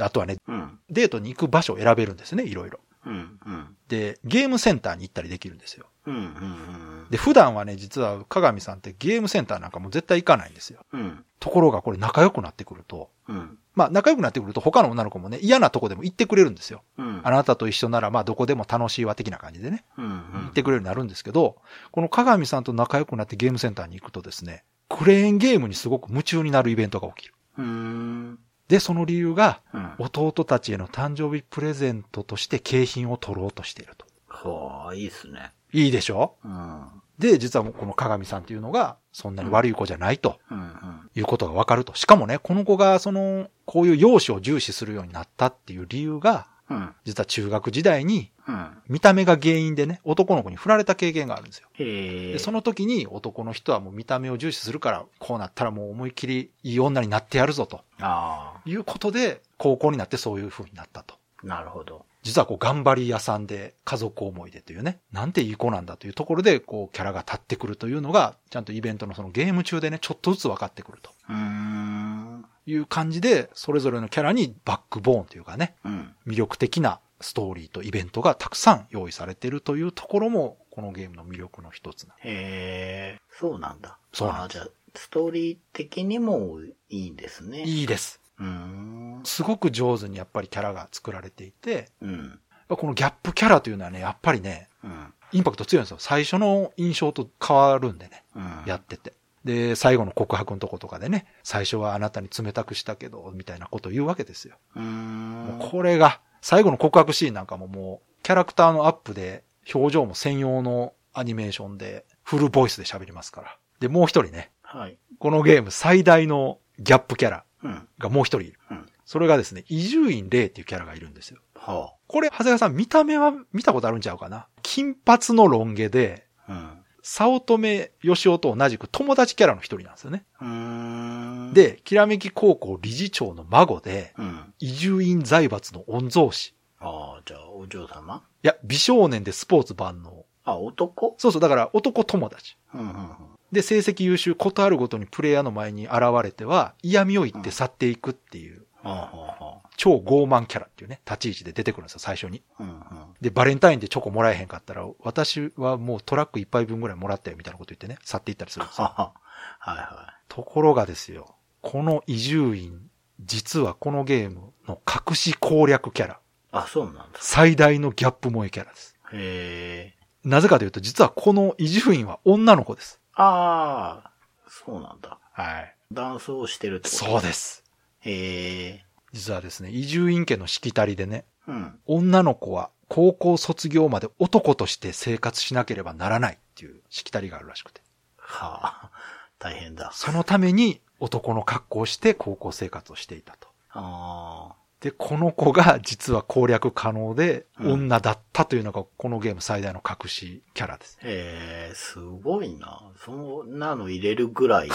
あとはね、
うん。うん。
デートに行く場所を選べるんですね、いろいろ。
うん。うん。
で、ゲームセンターに行ったりできるんですよ。
うん。うん。
で、普段はね、実は鏡さんってゲームセンターなんかも絶対行かないんですよ。
うん。
ところがこれ仲良くなってくると、
うん。
まあ仲良くなってくると他の女の子もね、嫌なとこでも行ってくれるんですよ。
うん。
あなたと一緒ならまあどこでも楽しいわ的な感じでね、
うん。
行ってくれるようになるんですけど、この鏡さんと仲良くなってゲームセンターに行くとですね、クレーンゲームにすごく夢中になるイベントが起きる。
うん。
で、その理由が、
うん。
弟たちへの誕生日プレゼントとして景品を取ろうとしていると。
はあ、いいっすね。
いいでしょ
うん。
で、実はもうこの鏡さんっていうのが、そんなに悪い子じゃないと。
うん。
いうことがわかると。しかもね、この子が、その、こういう容姿を重視するようになったっていう理由が、
うん。
実は中学時代に、
うん。
見た目が原因でね、男の子に振られた経験があるんですよ。
へえ。
で、その時に男の人はもう見た目を重視するから、こうなったらもう思いっきりいい女になってやるぞと
あ
いうことで、高校になってそういう風になったと。
あ、なるほど。
実はこう、頑張り屋さんで家族思い出というね、なんていい子なんだというところで、こう、キャラが立ってくるというのが、ちゃんとイベントのそのゲーム中でね、ちょっとずつ分かってくると。
うーん。
いう感じで、それぞれのキャラにバックボーンというかね、
うん。
魅力的なストーリーとイベントがたくさん用意されているというところも、このゲームの魅力の一つな。
へえ、そうなんだ。
そうなん
あーじゃあ、ストーリー的にもいいんですね。
いいです。
うーん。
すごく上手にやっぱりキャラが作られていて、
うん。
このギャップキャラというのはね、やっぱりね、
うん。
インパクト強いんですよ。最初の印象と変わるんでね、
うん。
やってて。で、最後の告白のとことかでね、最初はあなたに冷たくしたけど、みたいなことを言うわけですよ。
うーん。
もうこれが、最後の告白シーンなんかももう、キャラクターのアップで、表情も専用のアニメーションで、フルボイスで喋りますから。で、もう一人ね、
はい。
このゲーム最大のギャップキャラ
うん。
がもう一人いる
うん。
それがですね、伊集院霊っていうキャラがいるんですよ。
は
これ、長谷川さん見た目は見たことあるんちゃうかな金髪のロン毛で、
あ。
早乙女義雄と同じく友達キャラの一人なんですよね。
うん。うーん。、
で、きらめき高校理事長の孫で、
うん。
伊集院財閥の御曹司。
ああ、じゃあ、お嬢様
いや、美少年でスポーツ万能。
あ、男
そうそう、だから男友達。
うんうんうん。
で、成績優秀、ことあるごとにプレイヤーの前に現れては、嫌味を言って去っていくっていう、
はあはあは
超傲慢キャラっていうね、立ち位置で出てくるんですよ、最初に。
あ。うんうん。
で、バレンタインでチョコもらえへんかったら、私はもうトラック一杯分ぐらいもらったよ、みたいなこと言ってね、去っていったりするんです
は
よ。
は。はいは
ところがですよ、この伊集院、実はこのゲームの隠し攻略キャラ、
い。あ、そうなんだ。
最大のギャップ萌えキャラです。
へえ。
なぜかというと、実はこの伊集院は女の子です。
ああ、そうなんだ。
はい。
ダンスをしてるってこと
そうです。
へえ。
実はですね、移住院家のしきたりでね、
うん。
女の子は高校卒業まで男として生活しなければならないっていうしきたりがあるらしくて。
はあ、大変だ。
そのために男の格好をして高校生活をしていたと。
ああ、
で、この子が実は攻略可能で、
うん
女だったというのが、このゲーム最大の隠しキャラです。
えー、すごいな。そんなの入れるぐらい、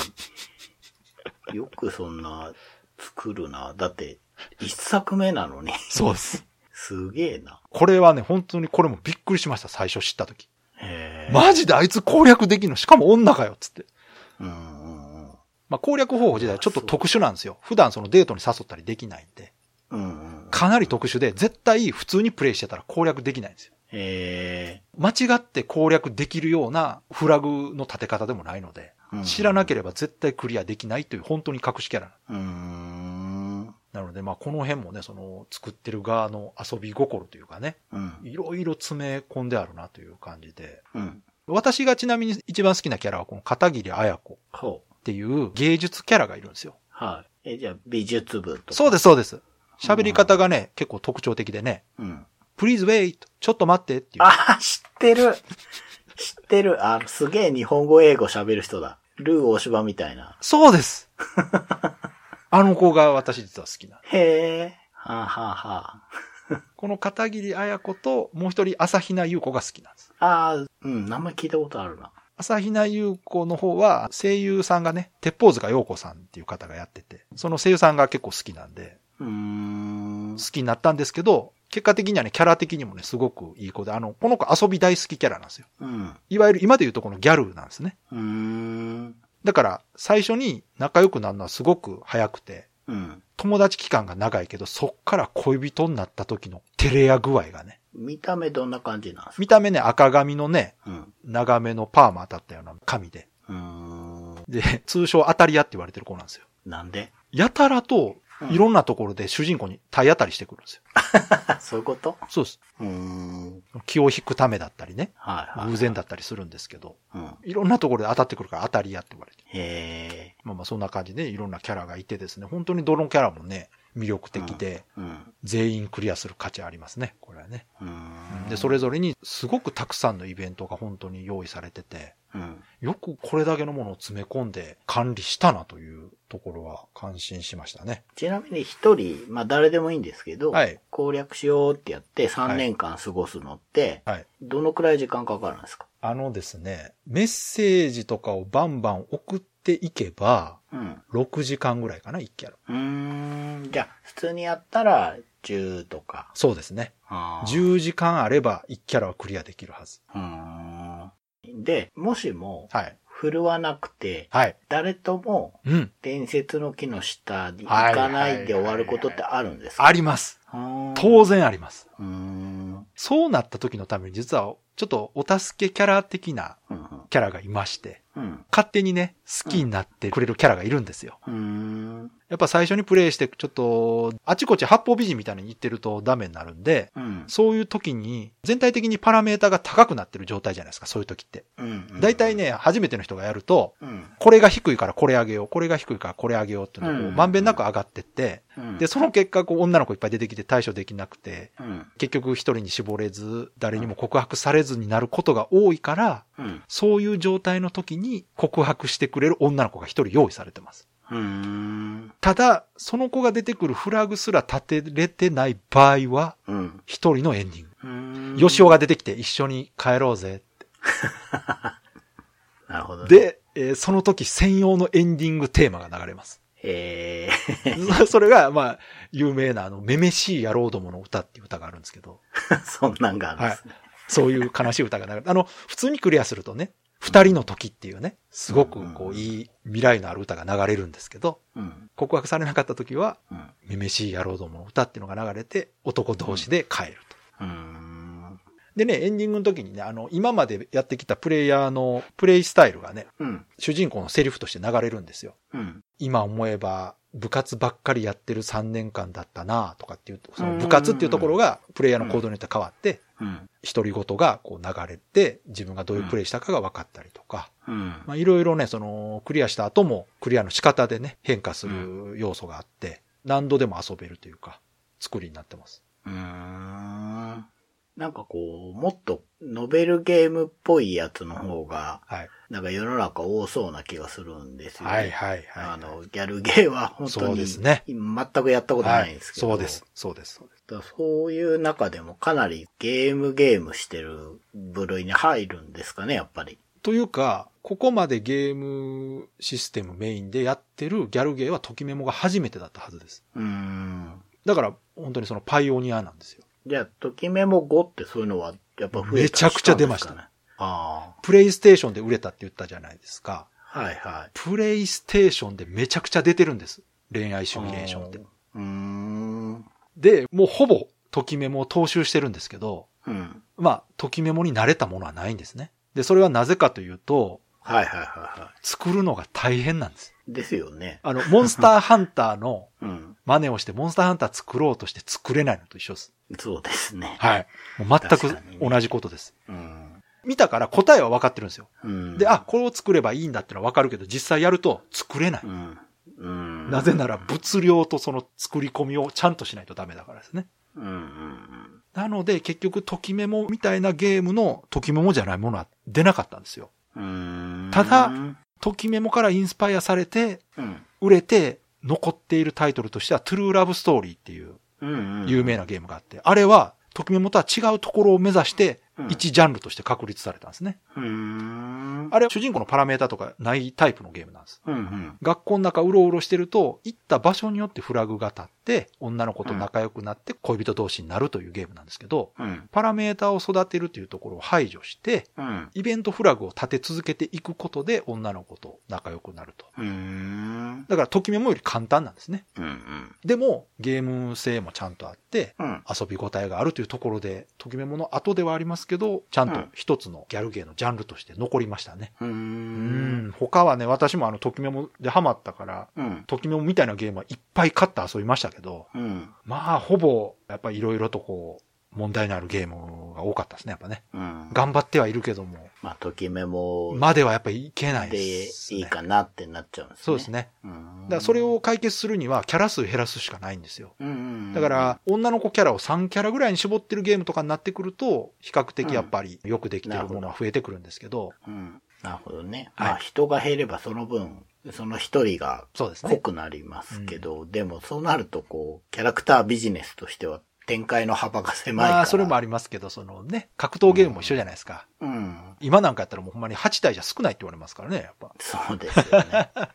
よくそんな作るな。だって、一作目なのに。
そうです。
すげえな。
これはね、本当にこれもびっくりしました、最初知った時。
えー、
マジであいつ攻略できんのしかも女かよっつって。
うんうんうん。
まあ、攻略方法自体ちょっと特殊なんですよ。普段そのデートに誘ったりできないんで。
うんうん。
かなり特殊で、絶対普通にプレイしてたら攻略できないんですよ。
え
間違って攻略できるようなフラグの立て方でもないので、
ー、
知らなけ
れ
れば絶対クリアできないという本当に隠しキャラ
ば。うーん。
なので、まあこの辺もね、その作ってる側の遊び心というかね、
うん。
いろいろ詰め込んであるなという感じで、
うん。
私がちなみに一番好きなキャラはこの片桐彩子
ほう。
っていう芸術キャラがいるんですよ。
はい。え、じゃあ、美術部とか。。
そうですす、そうです。喋り方がね、結構特徴的でね、
うん。
please wait, ちょっと待ってっていう。
あー、知ってる。知ってる。あの、すげえ日本語英語喋る人だ。ルー大芝みたいな。
そうです。 あの子が私実は好きな。
へえ。はあ、はあは
この片桐彩子ともう一人朝比奈優子が好きなんです。
あ、ああ、うん、名前聞いたことあるな。
朝比奈優子の方は声優さんがね、鉄砲塚陽子さんっていう方がやってて、その声優さんが結構好きなんで、
うーん
好。きになったんですけど、結果的にはね、キャラ的にもね、すごくいい子で、あの、この子遊び大好きキャラなんですよ。
うん。
いわゆる今で言うとこのギャルなんですね。
うーん。
だから、最初に仲良くなるのはすごく早くて、
うん。
友達期間が長いけど、そっから恋人になった時の照れ屋具合がね、
見た目どんな感じなんですか
見た目ね、赤髪のね、
うん。
長めのパーマ当たったような髪で、
うーん。
で、通称当たり屋って言われてる子なんですよ。
なんで
やたらと
うん
いろんなところで主人公に体当たりしてくるんですよ。
あ、 そういうこと
そうです。
うーん。
気を引くためだったりね、
はいはい。
偶然だったりするんですけど、
うん。
いろんなところで当たってくるから当たり屋って言われて。
へえ。
まあまあそんな感じでいろんなキャラがいてですね、本当にどのキャラもね、魅力的で、
うん。
全員クリアする価値ありますね、これはね。
うーん。
で、それぞれにすごくたくさんのイベントが本当に用意されてて、
うん。
よくこれだけのものを詰め込んで管理したなというところは感心しましたね。
ちなみに一人、まあ誰でもいいんですけど、
はい
攻略しようってやって3年間過ごすのって、
はい。
どのくらい時間かかるんですか
あのですね、メッセージとかをバンバン送っていけば、
うん。
6時間ぐらいかな、1キャラ。
うーん。じゃあ、普通にやったら10とか。
そうですね。
あー
10時間あれば1キャラはクリアできるはず。
うーん。で、もしも、
はい。
振るわなくて、
はい。
誰とも
うん。
伝説の木の下に行かないで終わることってあるんですか
あります。
うーん
当然あります。
うーん。
そうなった時のために実は、ちょっとお助けキャラ的な
うんうん
キャラがいまして、
うん。
勝手にね、好きになってくれるキャラがいるんですよ。
うーん。
やっぱ最初にプレイして、ちょっと、あちこち八方美人みたいに言ってるとダメになるんで、
うん。
そういう時に、全体的にパラメータが高くなってる状態じゃないですか、そういう時って。
うん。
大体。ね、初めての人がやると、
うん。
これが低いからこれ上げよう、これが低いからこれ上げようっていうのがこ
う
う、
ん
まんべんなく上がってって、
うん。
で、その結果、こう、女の子いっぱい出てきて対処できなくて、
うん。
結局一人に絞れず、誰にも告白されずになることが多いから、
うん。
そういう状態の時に告白してくれる女の子が一人用意されてます。
うーん。
ただ、その子が出てくるフラグすら立てれてない場合は、
うん。
一人のエンディング。
うーん
よしお。が出てきて一緒に帰ろうぜ。
なるほどね。
で、えーその時専用のエンディングテーマが流れます。
え
そそれが、まあ、有名なあの、めめしい野郎どもの歌っていう歌があるんですけど、
ー、 そんなんがあるんですね。
そういう悲しい歌が流れて、あの、普通にクリアするとね、二人の時っていうね、すごくこ
うん
う、いい未来のある歌が流れるんですけど、
うん。
告白されなかった時は、
うん。
めめしい野郎どもの歌っていうのが流れて、男同士で帰ると。
うーん。
でね、エンディングの時にね、あの、今までやってきたプレイヤーのプレイスタイルがね、
うん。
主人公のセリフとして流れるんですよ。
うん。
今思えば部活ばっかりやってる3年間だったなとかっていうと、そ
うん
の
うんうん
部活っていうところがプレイヤーの行動によって変わって、
うん。
独り言がこう流れて自分がどういうプレイしたかが分かったりとか、
うん。
まあいろいろね、そのクリアした後もクリアの仕方でね、変化する要素があって、何度でも遊べるというか、作りになってます。
うーん。なんかこう、もっとノベルゲームっぽいやつの方が、
はい。
なんか世の中多そうな気がするんですよね。
はいはいはい。
あの、ギャルゲーは本当
そう
に、
ですね
全くやったことないんですけど、
はいそうです。そうです。そうです。
だからそういう中でもかなりゲームゲームしてる部類に入るんですかね、やっぱり。
というか、ここまでゲームシステムメインでやってるギャルゲーはときメモが初めてだったはずです。
うーん。
だから、本当にそのパイオニアなんですよ。
じゃあ、ときメモ5ってそういうのはやっぱ増えたり
めちゃくちゃ出ました
んですかね。あ
プレイステーションで売れたって言ったじゃないですか。
あ。はいはい。
プレイステーションでめちゃくちゃ出てるんです。恋愛シミュレーションって
う。ーん。
で、もうほぼ、ときメモを踏襲してるんですけど、
うん。
まあ、ときメモに慣れたものはないんですね。で、それはなぜかというと、
はいはいはいは
作るのが大変なんです。
い。ですよね。
あの、モンスターハンターの
うん。
真似をして、モンスターハンター作ろうとして作れないのと一緒です。
そうですね。
はい。もう全
確
く
かにね
同じことです。
うん。
見たから答えは分かってるんですよ。
うん。
で、あ、、これを作ればいいんだってのは分かるけど、実際やると作れない。
うん。うん。
なぜなら物量とその作り込みをちゃんとしないとダメだからですね。
うんうんうん。
なので結局、ときメモみたいなゲームのときメモじゃないものは出なかったんですよ。
うーん
ただときメモからインスパイアされて、
うん。
売れて残っているタイトルとしては、トゥルーラブストーリーっていう
うん、うん。
有名なゲームがあって、あれは、ときメモとは違うところを目指して
うん、
一ジャンルとして確立されたんですね。
うーん。
あれは主人公のパラメータとかないタイプのゲームなんです。
うんうん。
学校の中うろうろしてると、行った場所によってフラグが立って、女の子と仲良くなって恋人同士になるというゲームなんですけど、
うん。
パラメータを育てるというところを排除して、
うん。
イベントフラグを立て続けていくことで女の子と仲良くなると。
うーん。
だから、ときメモより簡単なんですね。
うんうん。
でも、ゲーム性もちゃんとあって、
うん。
遊び応えがあるというところで、ときめもの後ではありますけど、ちゃんと一つのギャルゲーのジャンルとして残りましたね。
うー。。
うん他はね、私もあの、ときめもでハマったから、
うん。
ときめもみたいなゲームはいっぱい買って遊びましたけど、
うん。
まあ、ほぼ、やっぱりいろいろとこう、問題のあるゲームが多かったですね、やっぱね。
うん。
頑張ってはいるけども、
まあ、ときメモ
まではやっぱりいけない
で
で
い
す、ね。
いかなってなっちゃうんですね。
そうです。ね。
うん。
だからそれ、を解決するには、キャラ数減らすしかないんですよ。
うんうん。
だから、、女の子キャラを3キャラぐらいに絞ってるゲームとかになってくると、比較的やっぱりよくできてるものは増えてくるんですけど、
うん。なるほどね。
はい
まあ、人が減ればその分、その一人が
そうです
濃
ね。
くなりますけど、でもそうなると、こう、キャラクタービジネスとしては展開の幅が狭いから。
まあ、それもありますけど、そのね、格闘ゲームも一緒じゃないですか。
うん。
今なんかやったらもうほんまに8体じゃ少ないって言われますからね、やっぱ。
そうですよね。 うん、なる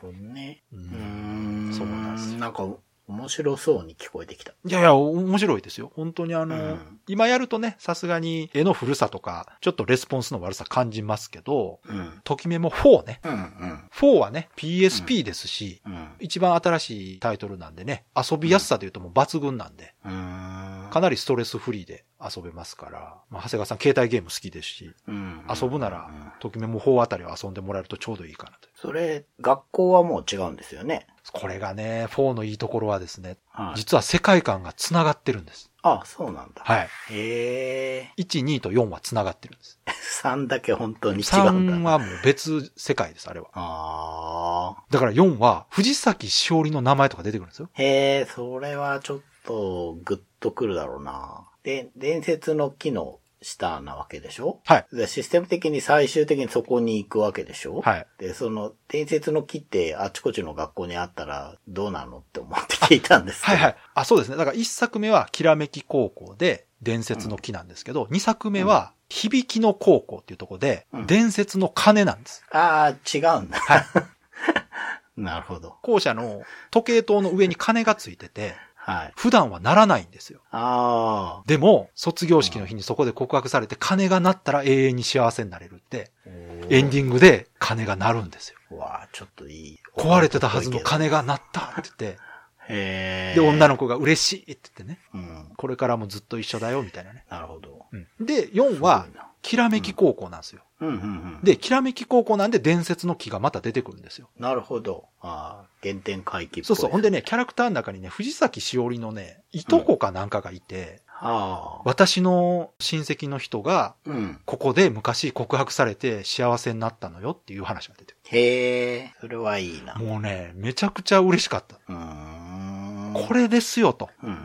ほどね。
う
うんん。
そうなんですよ
なんか、面白そうに聞こえてきた。
いやいや、お面白いですよ。本当にあの、
うん
今やるとね、さすがに絵の古さとか、ちょっとレスポンスの悪さ感じますけど、
うん。
ときめも4ね。
うん、うん。
4はね、PSP ですし、
うん。
一番新しいタイトルなんでね、遊びやすさで言うともう抜群なんで、
うん。
かなりストレスフリーで遊べますから、まあ、長谷川さん携帯ゲーム好きですし、
うん
遊ぶなら、ときめも4あたりを遊んでもらえるとちょうどいいかなと。
それ、学校はもう違うんですよね。
これがね、4のいいところはですね、
はい。
実は世界観が繋がってるんです。
あ、そうなんだ。
はい。
へえ。
1、2と4は繋がってるんです。
3だけ本当に違うんだ。
3はもう別世界です、あれは。
ああ。
だから4は、藤崎しおりの名前とか出てくるんですよ。
へえ、それはちょっとグッとくるだろうな。で、伝説の木の下なわけでしょ
はい。
でシステム的に最終的にそこに行くわけでしょ
はい。
で、その伝説の木ってあちこちの学校にあったらどうなのって思って聞いたんですけ
はい
ど。
はい。あ、そうですね。だから1作目は、きらめき高校で、伝説の木なんですけど、2作目は、響きの高校っていうところで
う、ん
伝説の鐘なんです。
ああ、違うんだ。 なるほど。
校舎の時計塔の上に鐘がついてて、
はい。
普段は鳴らないんですよ。
ああ。
でも、卒業式の日にそこで告白されて、鐘が鳴ったら永遠に幸せになれるって、エンディングで鐘が鳴るんですよ。
ィわあ、ちょっといい。
壊れてたはずの。鐘が鳴ったって言って、
へえ。
で、女の子が嬉しいって言ってね、
うん。
これからもずっと一緒だよ、みたいなね。
なるほど。
で、4は
すごい、な
きらめき高校なんですよ。
うんうんうん。
で、きらめき高校なんで伝説の木がまた出てくるんですよ。
なるほど。ああ、原点回帰っぽい。
そうそう。ほんで。ね、キャラクターの中にね、藤崎しおりのね、いとこかなんかがいて、
ああ。
私の親戚の人が、
うん。
ここで昔告白されて幸せになったのよっていう話が出て
へえ、それはいいな。
くる。もうね、めちゃくちゃ嬉しかった。
うーん。
これですよと。
うんうんう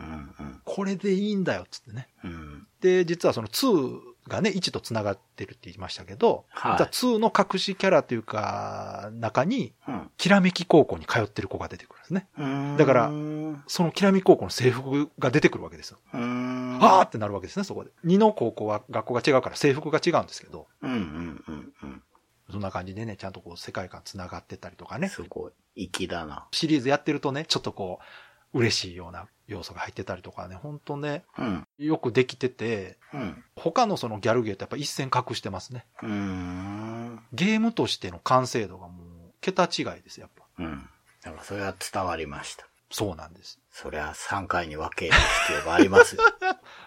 ん。
これでいいんだよ、つってね。
うん。
で、実はその2がね、1と繋がってるって言いましたけど、
はい
実は2の隠しキャラというか、中に、
うん
きらめき高校に通ってる子が出てくるんですね。
うーん。
だから
うーん。
そのきらめき高校の制服が出てくるわけですよ。あーってなるわけですね、そこで。2の高校は学校が違うから制服が違うんですけど、
うんうんうんうん。
そんな感じでね、ちゃんとこう世界観繋がってたりとかね、
すごい。粋だな。
シリーズやってるとね、ちょっとこう、嬉しいような要素が入ってたりとかね、ほんとね、
うん。
よくできてて、
うん。
他のそのギャルゲーとやっぱ一線隠してますね。
うーん。
ゲームとしての完成度がもう、桁違いです、やっぱ。
うん。だからそれは伝わりました。
そうなんです。
そりゃ3回に分ける必要があります よ。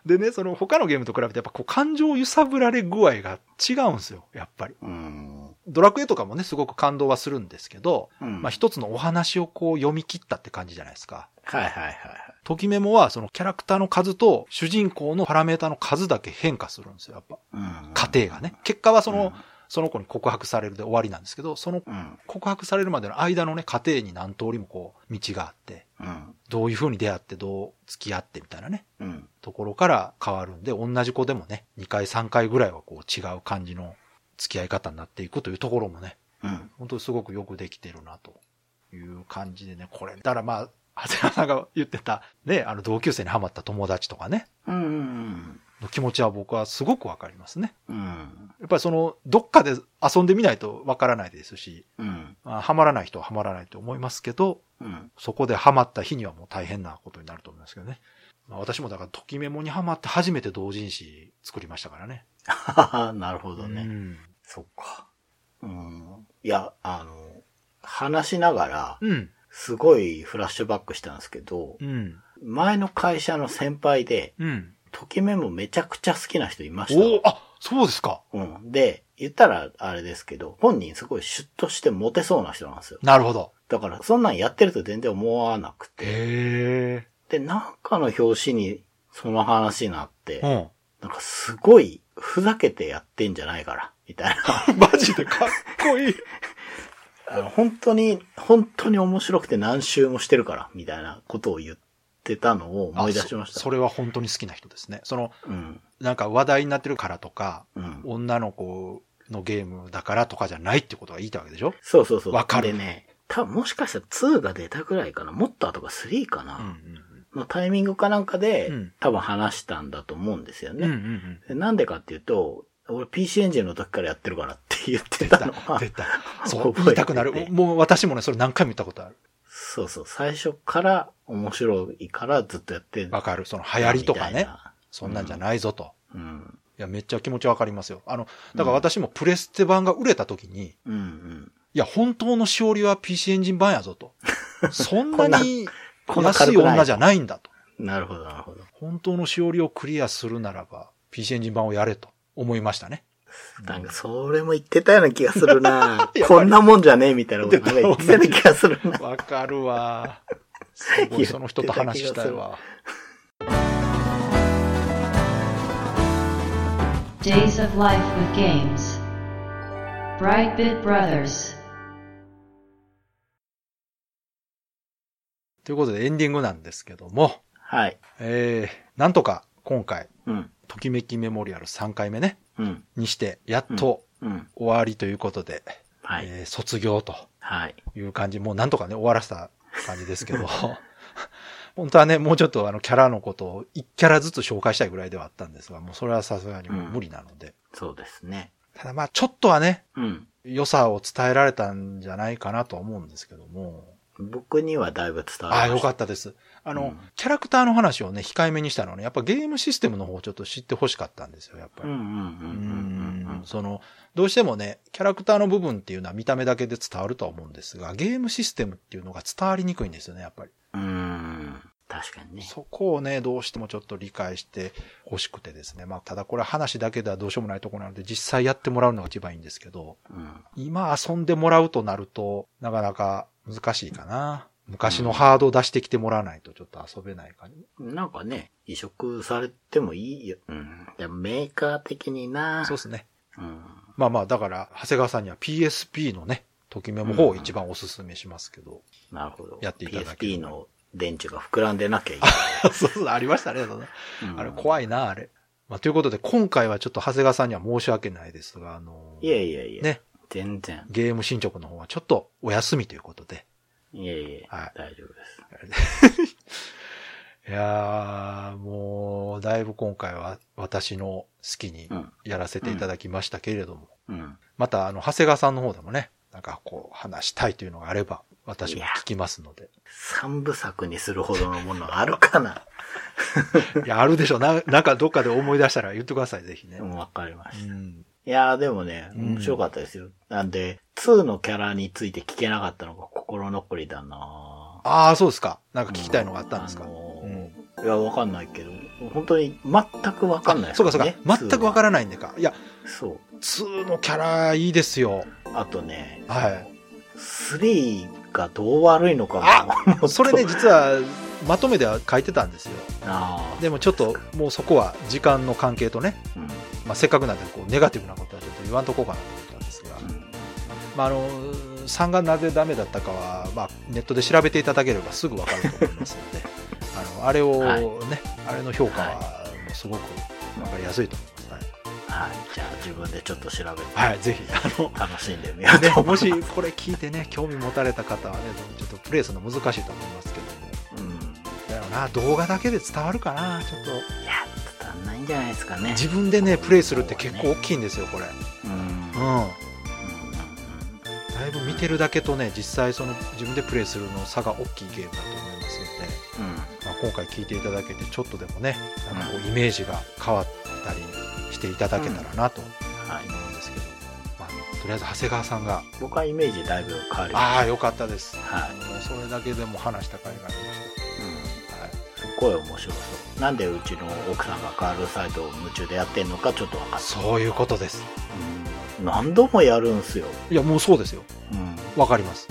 でね、その他のゲームと比べてやっぱこう感情を揺さぶられ具合が違うんですよ、やっぱり。
うーん。
ドラクエとかもね、すごく感動はするんですけど、
うん。
まあ一つのお話をこう読み切ったって感じじゃないですか。
はいはいはいはい。
ときメモはそのキャラクターの数と主人公のパラメータの数だけ変化するんですよ、やっぱ。
うん。
過程がね。結果はその、
うん
その子に告白されるで終わりなんですけど、その
うん。
告白されるまでの間のね、過程に何通りもこう、道があって、
うん。
どういう風に出会って、どう付き合ってみたいなね、
うん。
ところから変わるんで、同じ子でもね、2回3回ぐらいはこう違う感じの付き合い方になっていくというところもね、
うん。
本当にすごくよくできてるなという感じでね、これ、だからまあ、長谷川さんが言ってた、ね、あの同級生にハマった友達とかね、
うん。うん
の気持ちは僕はすごくわかりますね。
うん。
やっぱりその、どっかで遊んでみないとわからないですし、
うん。
まあハマらない人はハマらないと思いますけど、
うん。
そこでハマった日にはもう大変なことになると思いますけどね。まあ、私もだから、ときメモにハマって初めて同人誌作りましたからね。
はは、なるほどね。
ん。
そっか。うん。いや、あの、話しながら、
うん。
すごいフラッシュバックしたんですけど、
うん。
前の会社の先輩で、
うん。
ときめもめちゃくちゃ好きな人いまし
おお
た。
あ、そうですか。
うん。で、言ったらあれですけど、本人すごいシュッとしてモテそうな人なんですよ。
なるほど。
だから、そんなんやってると全然思わなくて。
へ
で、なんかの表紙にその話になって、
うん。
なんかすごいふざけてやってんじゃないから、みたい な。
マジでかっこいい。
あの本当に、本当に面白くて何周もしてるから、みたいなことを言ってたのを 思い出しまし
そ
た。
それは本当に好きな人ですね。その、
うん。
なんか話題になってるからとか、
うん。
女の子のゲームだからとかじゃないってことが言いたいわけでしょ
そうそうそう。
わかる
でね、多分もしかしたら2が出たぐらいかな、もっと後が3か
う
な、
ん
のタイミングかなんかで、
うん
多分話したんだと思うんですよ
うんうん。うん
ね。でなんでかっていうと、俺 PC エンジンの時からやってるからって言ってた
うん。
のは、
絶対。 そう、
覚えてて
言いたくなる。もう私もね、それ何回も言ったことある。
そうそう、最初から面白いからずっとやってる。
わかる。その流行りとか
みたい
ね。
な
そんなんじゃないぞと。
うん。
いや、めっちゃ気持ちわかりますよ。あの、だから私もプレステ版が売れた時に、
うんうん。
いや、本当のしおりは PC エンジン版やぞ と。そんなに
こんな
安
軽
い
くない
女じゃないんだと。
なるほど、なるほど。
本当のしおりをクリアするならば、PC エンジン版をやれと思いましたね。
なんか、それも言ってたような気がする な
やばい
こんなもんじゃねえみたいなことなんか言ってたような気がするな。
わかる わ。すごい、その人と話したいわ。
Days of Life with Games. Brightbit Brothers.
ということでエンディングなんですけども、
はい。
えー、なんとか今回、
うん。
ときめきメモリアル3回目ね、
うん。
にして、やっと
うん。
終わりということで、
はい。
えー卒業と
はい。
いう感じ、もうなんとかね、終わらせた感じですけど、 本当はね、もうちょっとあの、キャラのことを1キャラずつ紹介したいぐらいではあったんですが、もうそれはさすがにもう無理なので、
そうですね。
ただまあ、ちょっとはね、
うん。
良さを伝えられたんじゃないかなとは思うんですけども。
僕にはだいぶ伝
あ
わ
あ、
り
よ
ました。
かったです。あの、
うん
キャラクターの話をね、控えめにしたのはね、やっぱゲームシステムの方をちょっと知ってほしかったんですよ、やっぱ
うん
り。
うんうんうんうんう
うん
ん。
その、どうしてもね、キャラクターの部分っていうのは見た目だけで伝わるとは思うんですが、ゲームシステムっていうのが伝わりにくいんですよね、やっぱり。
うん。確かにね。
そこをね、どうしてもちょっと理解してほしくてですね。まあ、ただこれは話だけではどうしようもないところなので、実際やってもらうのが一番いいんですけど、
うん。
今遊んでもらうとなると、なかなか難しいかな。昔のハードを出してきてもらわないとちょっと遊べないかね。
なんかね、移植されてもいいよ。うん。でもメーカー的にな
そうですね。
うん。
まあまあ、だから、長谷川さんには PSP のね、ときめも方を一番おすすめしますけど。
なるほど。
やっていただければ
PSP の電池が膨らんでなきゃいい。
そうそう、ありましたね。そんなあれ
い。
怖いな、あれ。まあ、ということで、今回はちょっと長谷川さんには申し訳ないですが、あの、
いやいやいや。
ね。
全然。
ゲーム進捗の方はちょっとお休みということで。
いやいや、
はい
大丈夫です。
いやー、もう、だいぶ今回は私の好きに
うん。
やらせていただきましたけれども、
うん。
また、あの、長谷川さんの方でもね、なんかこう、話したいというのがあれば、私も聞きますので。
三部作にするほどのものある かな
いや、あるでしょう。な、 なんかどっかで思い出したら言ってください、ぜひね。
うんわかりまし
う
た。
ん。
いやーでもね、
うん
面白かったですよ。なんで、2のキャラについて聞けなかったのが心残りだな
ああ、そうですか。なんか聞きたいのがあったんですか。
あのー
うん
いや、わかんないけど、本当に全くわかんない、
そうかそうか。全くわかららないんでか。いや、
ない。そう。
2のキャラいいですよ。
あとね、
はい。
3がどう悪いのかも。もっと
それね、、実は、まとめでは書いてたんですよ。
あー
でもちょっと、もうそこは時間の関係とね、
うんうん
まあ、せっかくなんで、こう、ネガティブなことはちょっと言わんとこうかなと思ったんですが、まあ、あの、3がなぜダメだったかは、まあ、ネットで調べていただければすぐわかると思いますので、 あの、あれをね、
はい
あれの評価は、もうすごくわかりやすいと思います。
はい。じゃあ自分でちょっと調べて、
はい、はい、ぜひ、あの、
楽しんでみよう
ね
と、思
も
います。
しこれ聞いてね、興味持たれた方はね、ちょっとプレイするの難しいと思いますけども、
うん。
だよな、動画だけで伝わるかな、ちょっと。
いや、足んないんじゃないですかね。
自分でね、プレイするって結構大きいんですよ、これ。う
うん。うん
ん。だいぶ見てるだけとね、実際その自分でプレイするの差が大きいゲームだと思いますので、まあ、今回聞いていただけて、ちょっとでもね、なんかこうイメージが変わったりしていただけたらなと思
はい。
うんですけど、まあ、とりあえず長谷川さんが、
僕はイメージだいぶ変わりまし
ああ、よかったです。
た。はい。
もうそれだけでも話した甲斐がありました。
うん。
はい
すっごい面白そう。なんでうちの奥さんがカールサイドを夢中でやってんのかちょっとわかんない。
そういうことです。
うん。何度もやるんすよ。
いや、もうそうですよ。
うん。
わかります。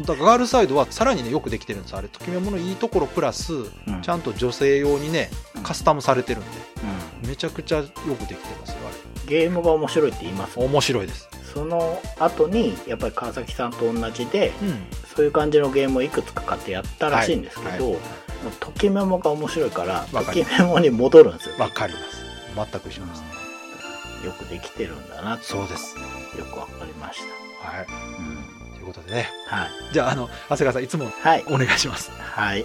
だからガールサイドはさらにね、よくできてるんです。あれ、ときめものいいところプラス、
うん。うん。
ちゃんと女性用にね、カスタムされてるん
うん。
で、めちゃくちゃよくできてますよ、
ゲームが面白いって言いま
あ
す
れ。面白いです。
その後に、やっぱり川崎さんと同じで、
うん。
そういう感じのゲームをいくつか買ってやったらしいんですけど、
は
もうときメモが面白いから、
わ
と
かり
きメモに戻るんですよ。
わかります。全く一緒ですね。
よくできてるんだなって
そうです。
よくわかりました。
はい。
うん
ということでね。
はい。
じゃあ、あの、長谷川さん、いつも
はい。
お願いします。
はい。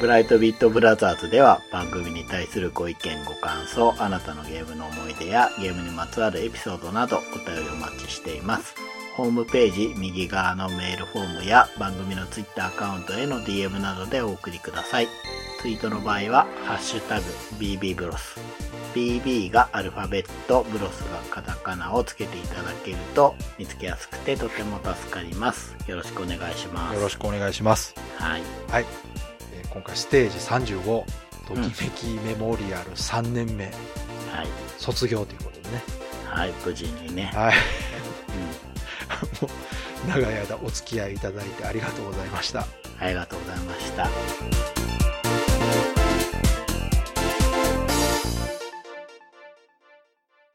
ブライトビットブラザーズでは番組に対するご意見ご感想、あなたのゲームの思い出やゲームにまつわるエピソードなどお便りお待ちしています。ホームページ右側のメールフォームや番組のツイッターアカウントへの DM などでお送りください。ツイートの場合は、ハッシュタグ BB ブロス。BB がアルファベット、ブロスがカタカナをつけていただけると見つけやすくてとても助かります。よろしくお願いします。
よろしくお願いします。
はい。
えー今回、ステージ35、ときめきメモリアル3年目、
はい。
卒業ということでね。
はい、無事にね。
はい。
うん
もう長い間お付き合いいただいてありがとうございました。
ありがとうございました。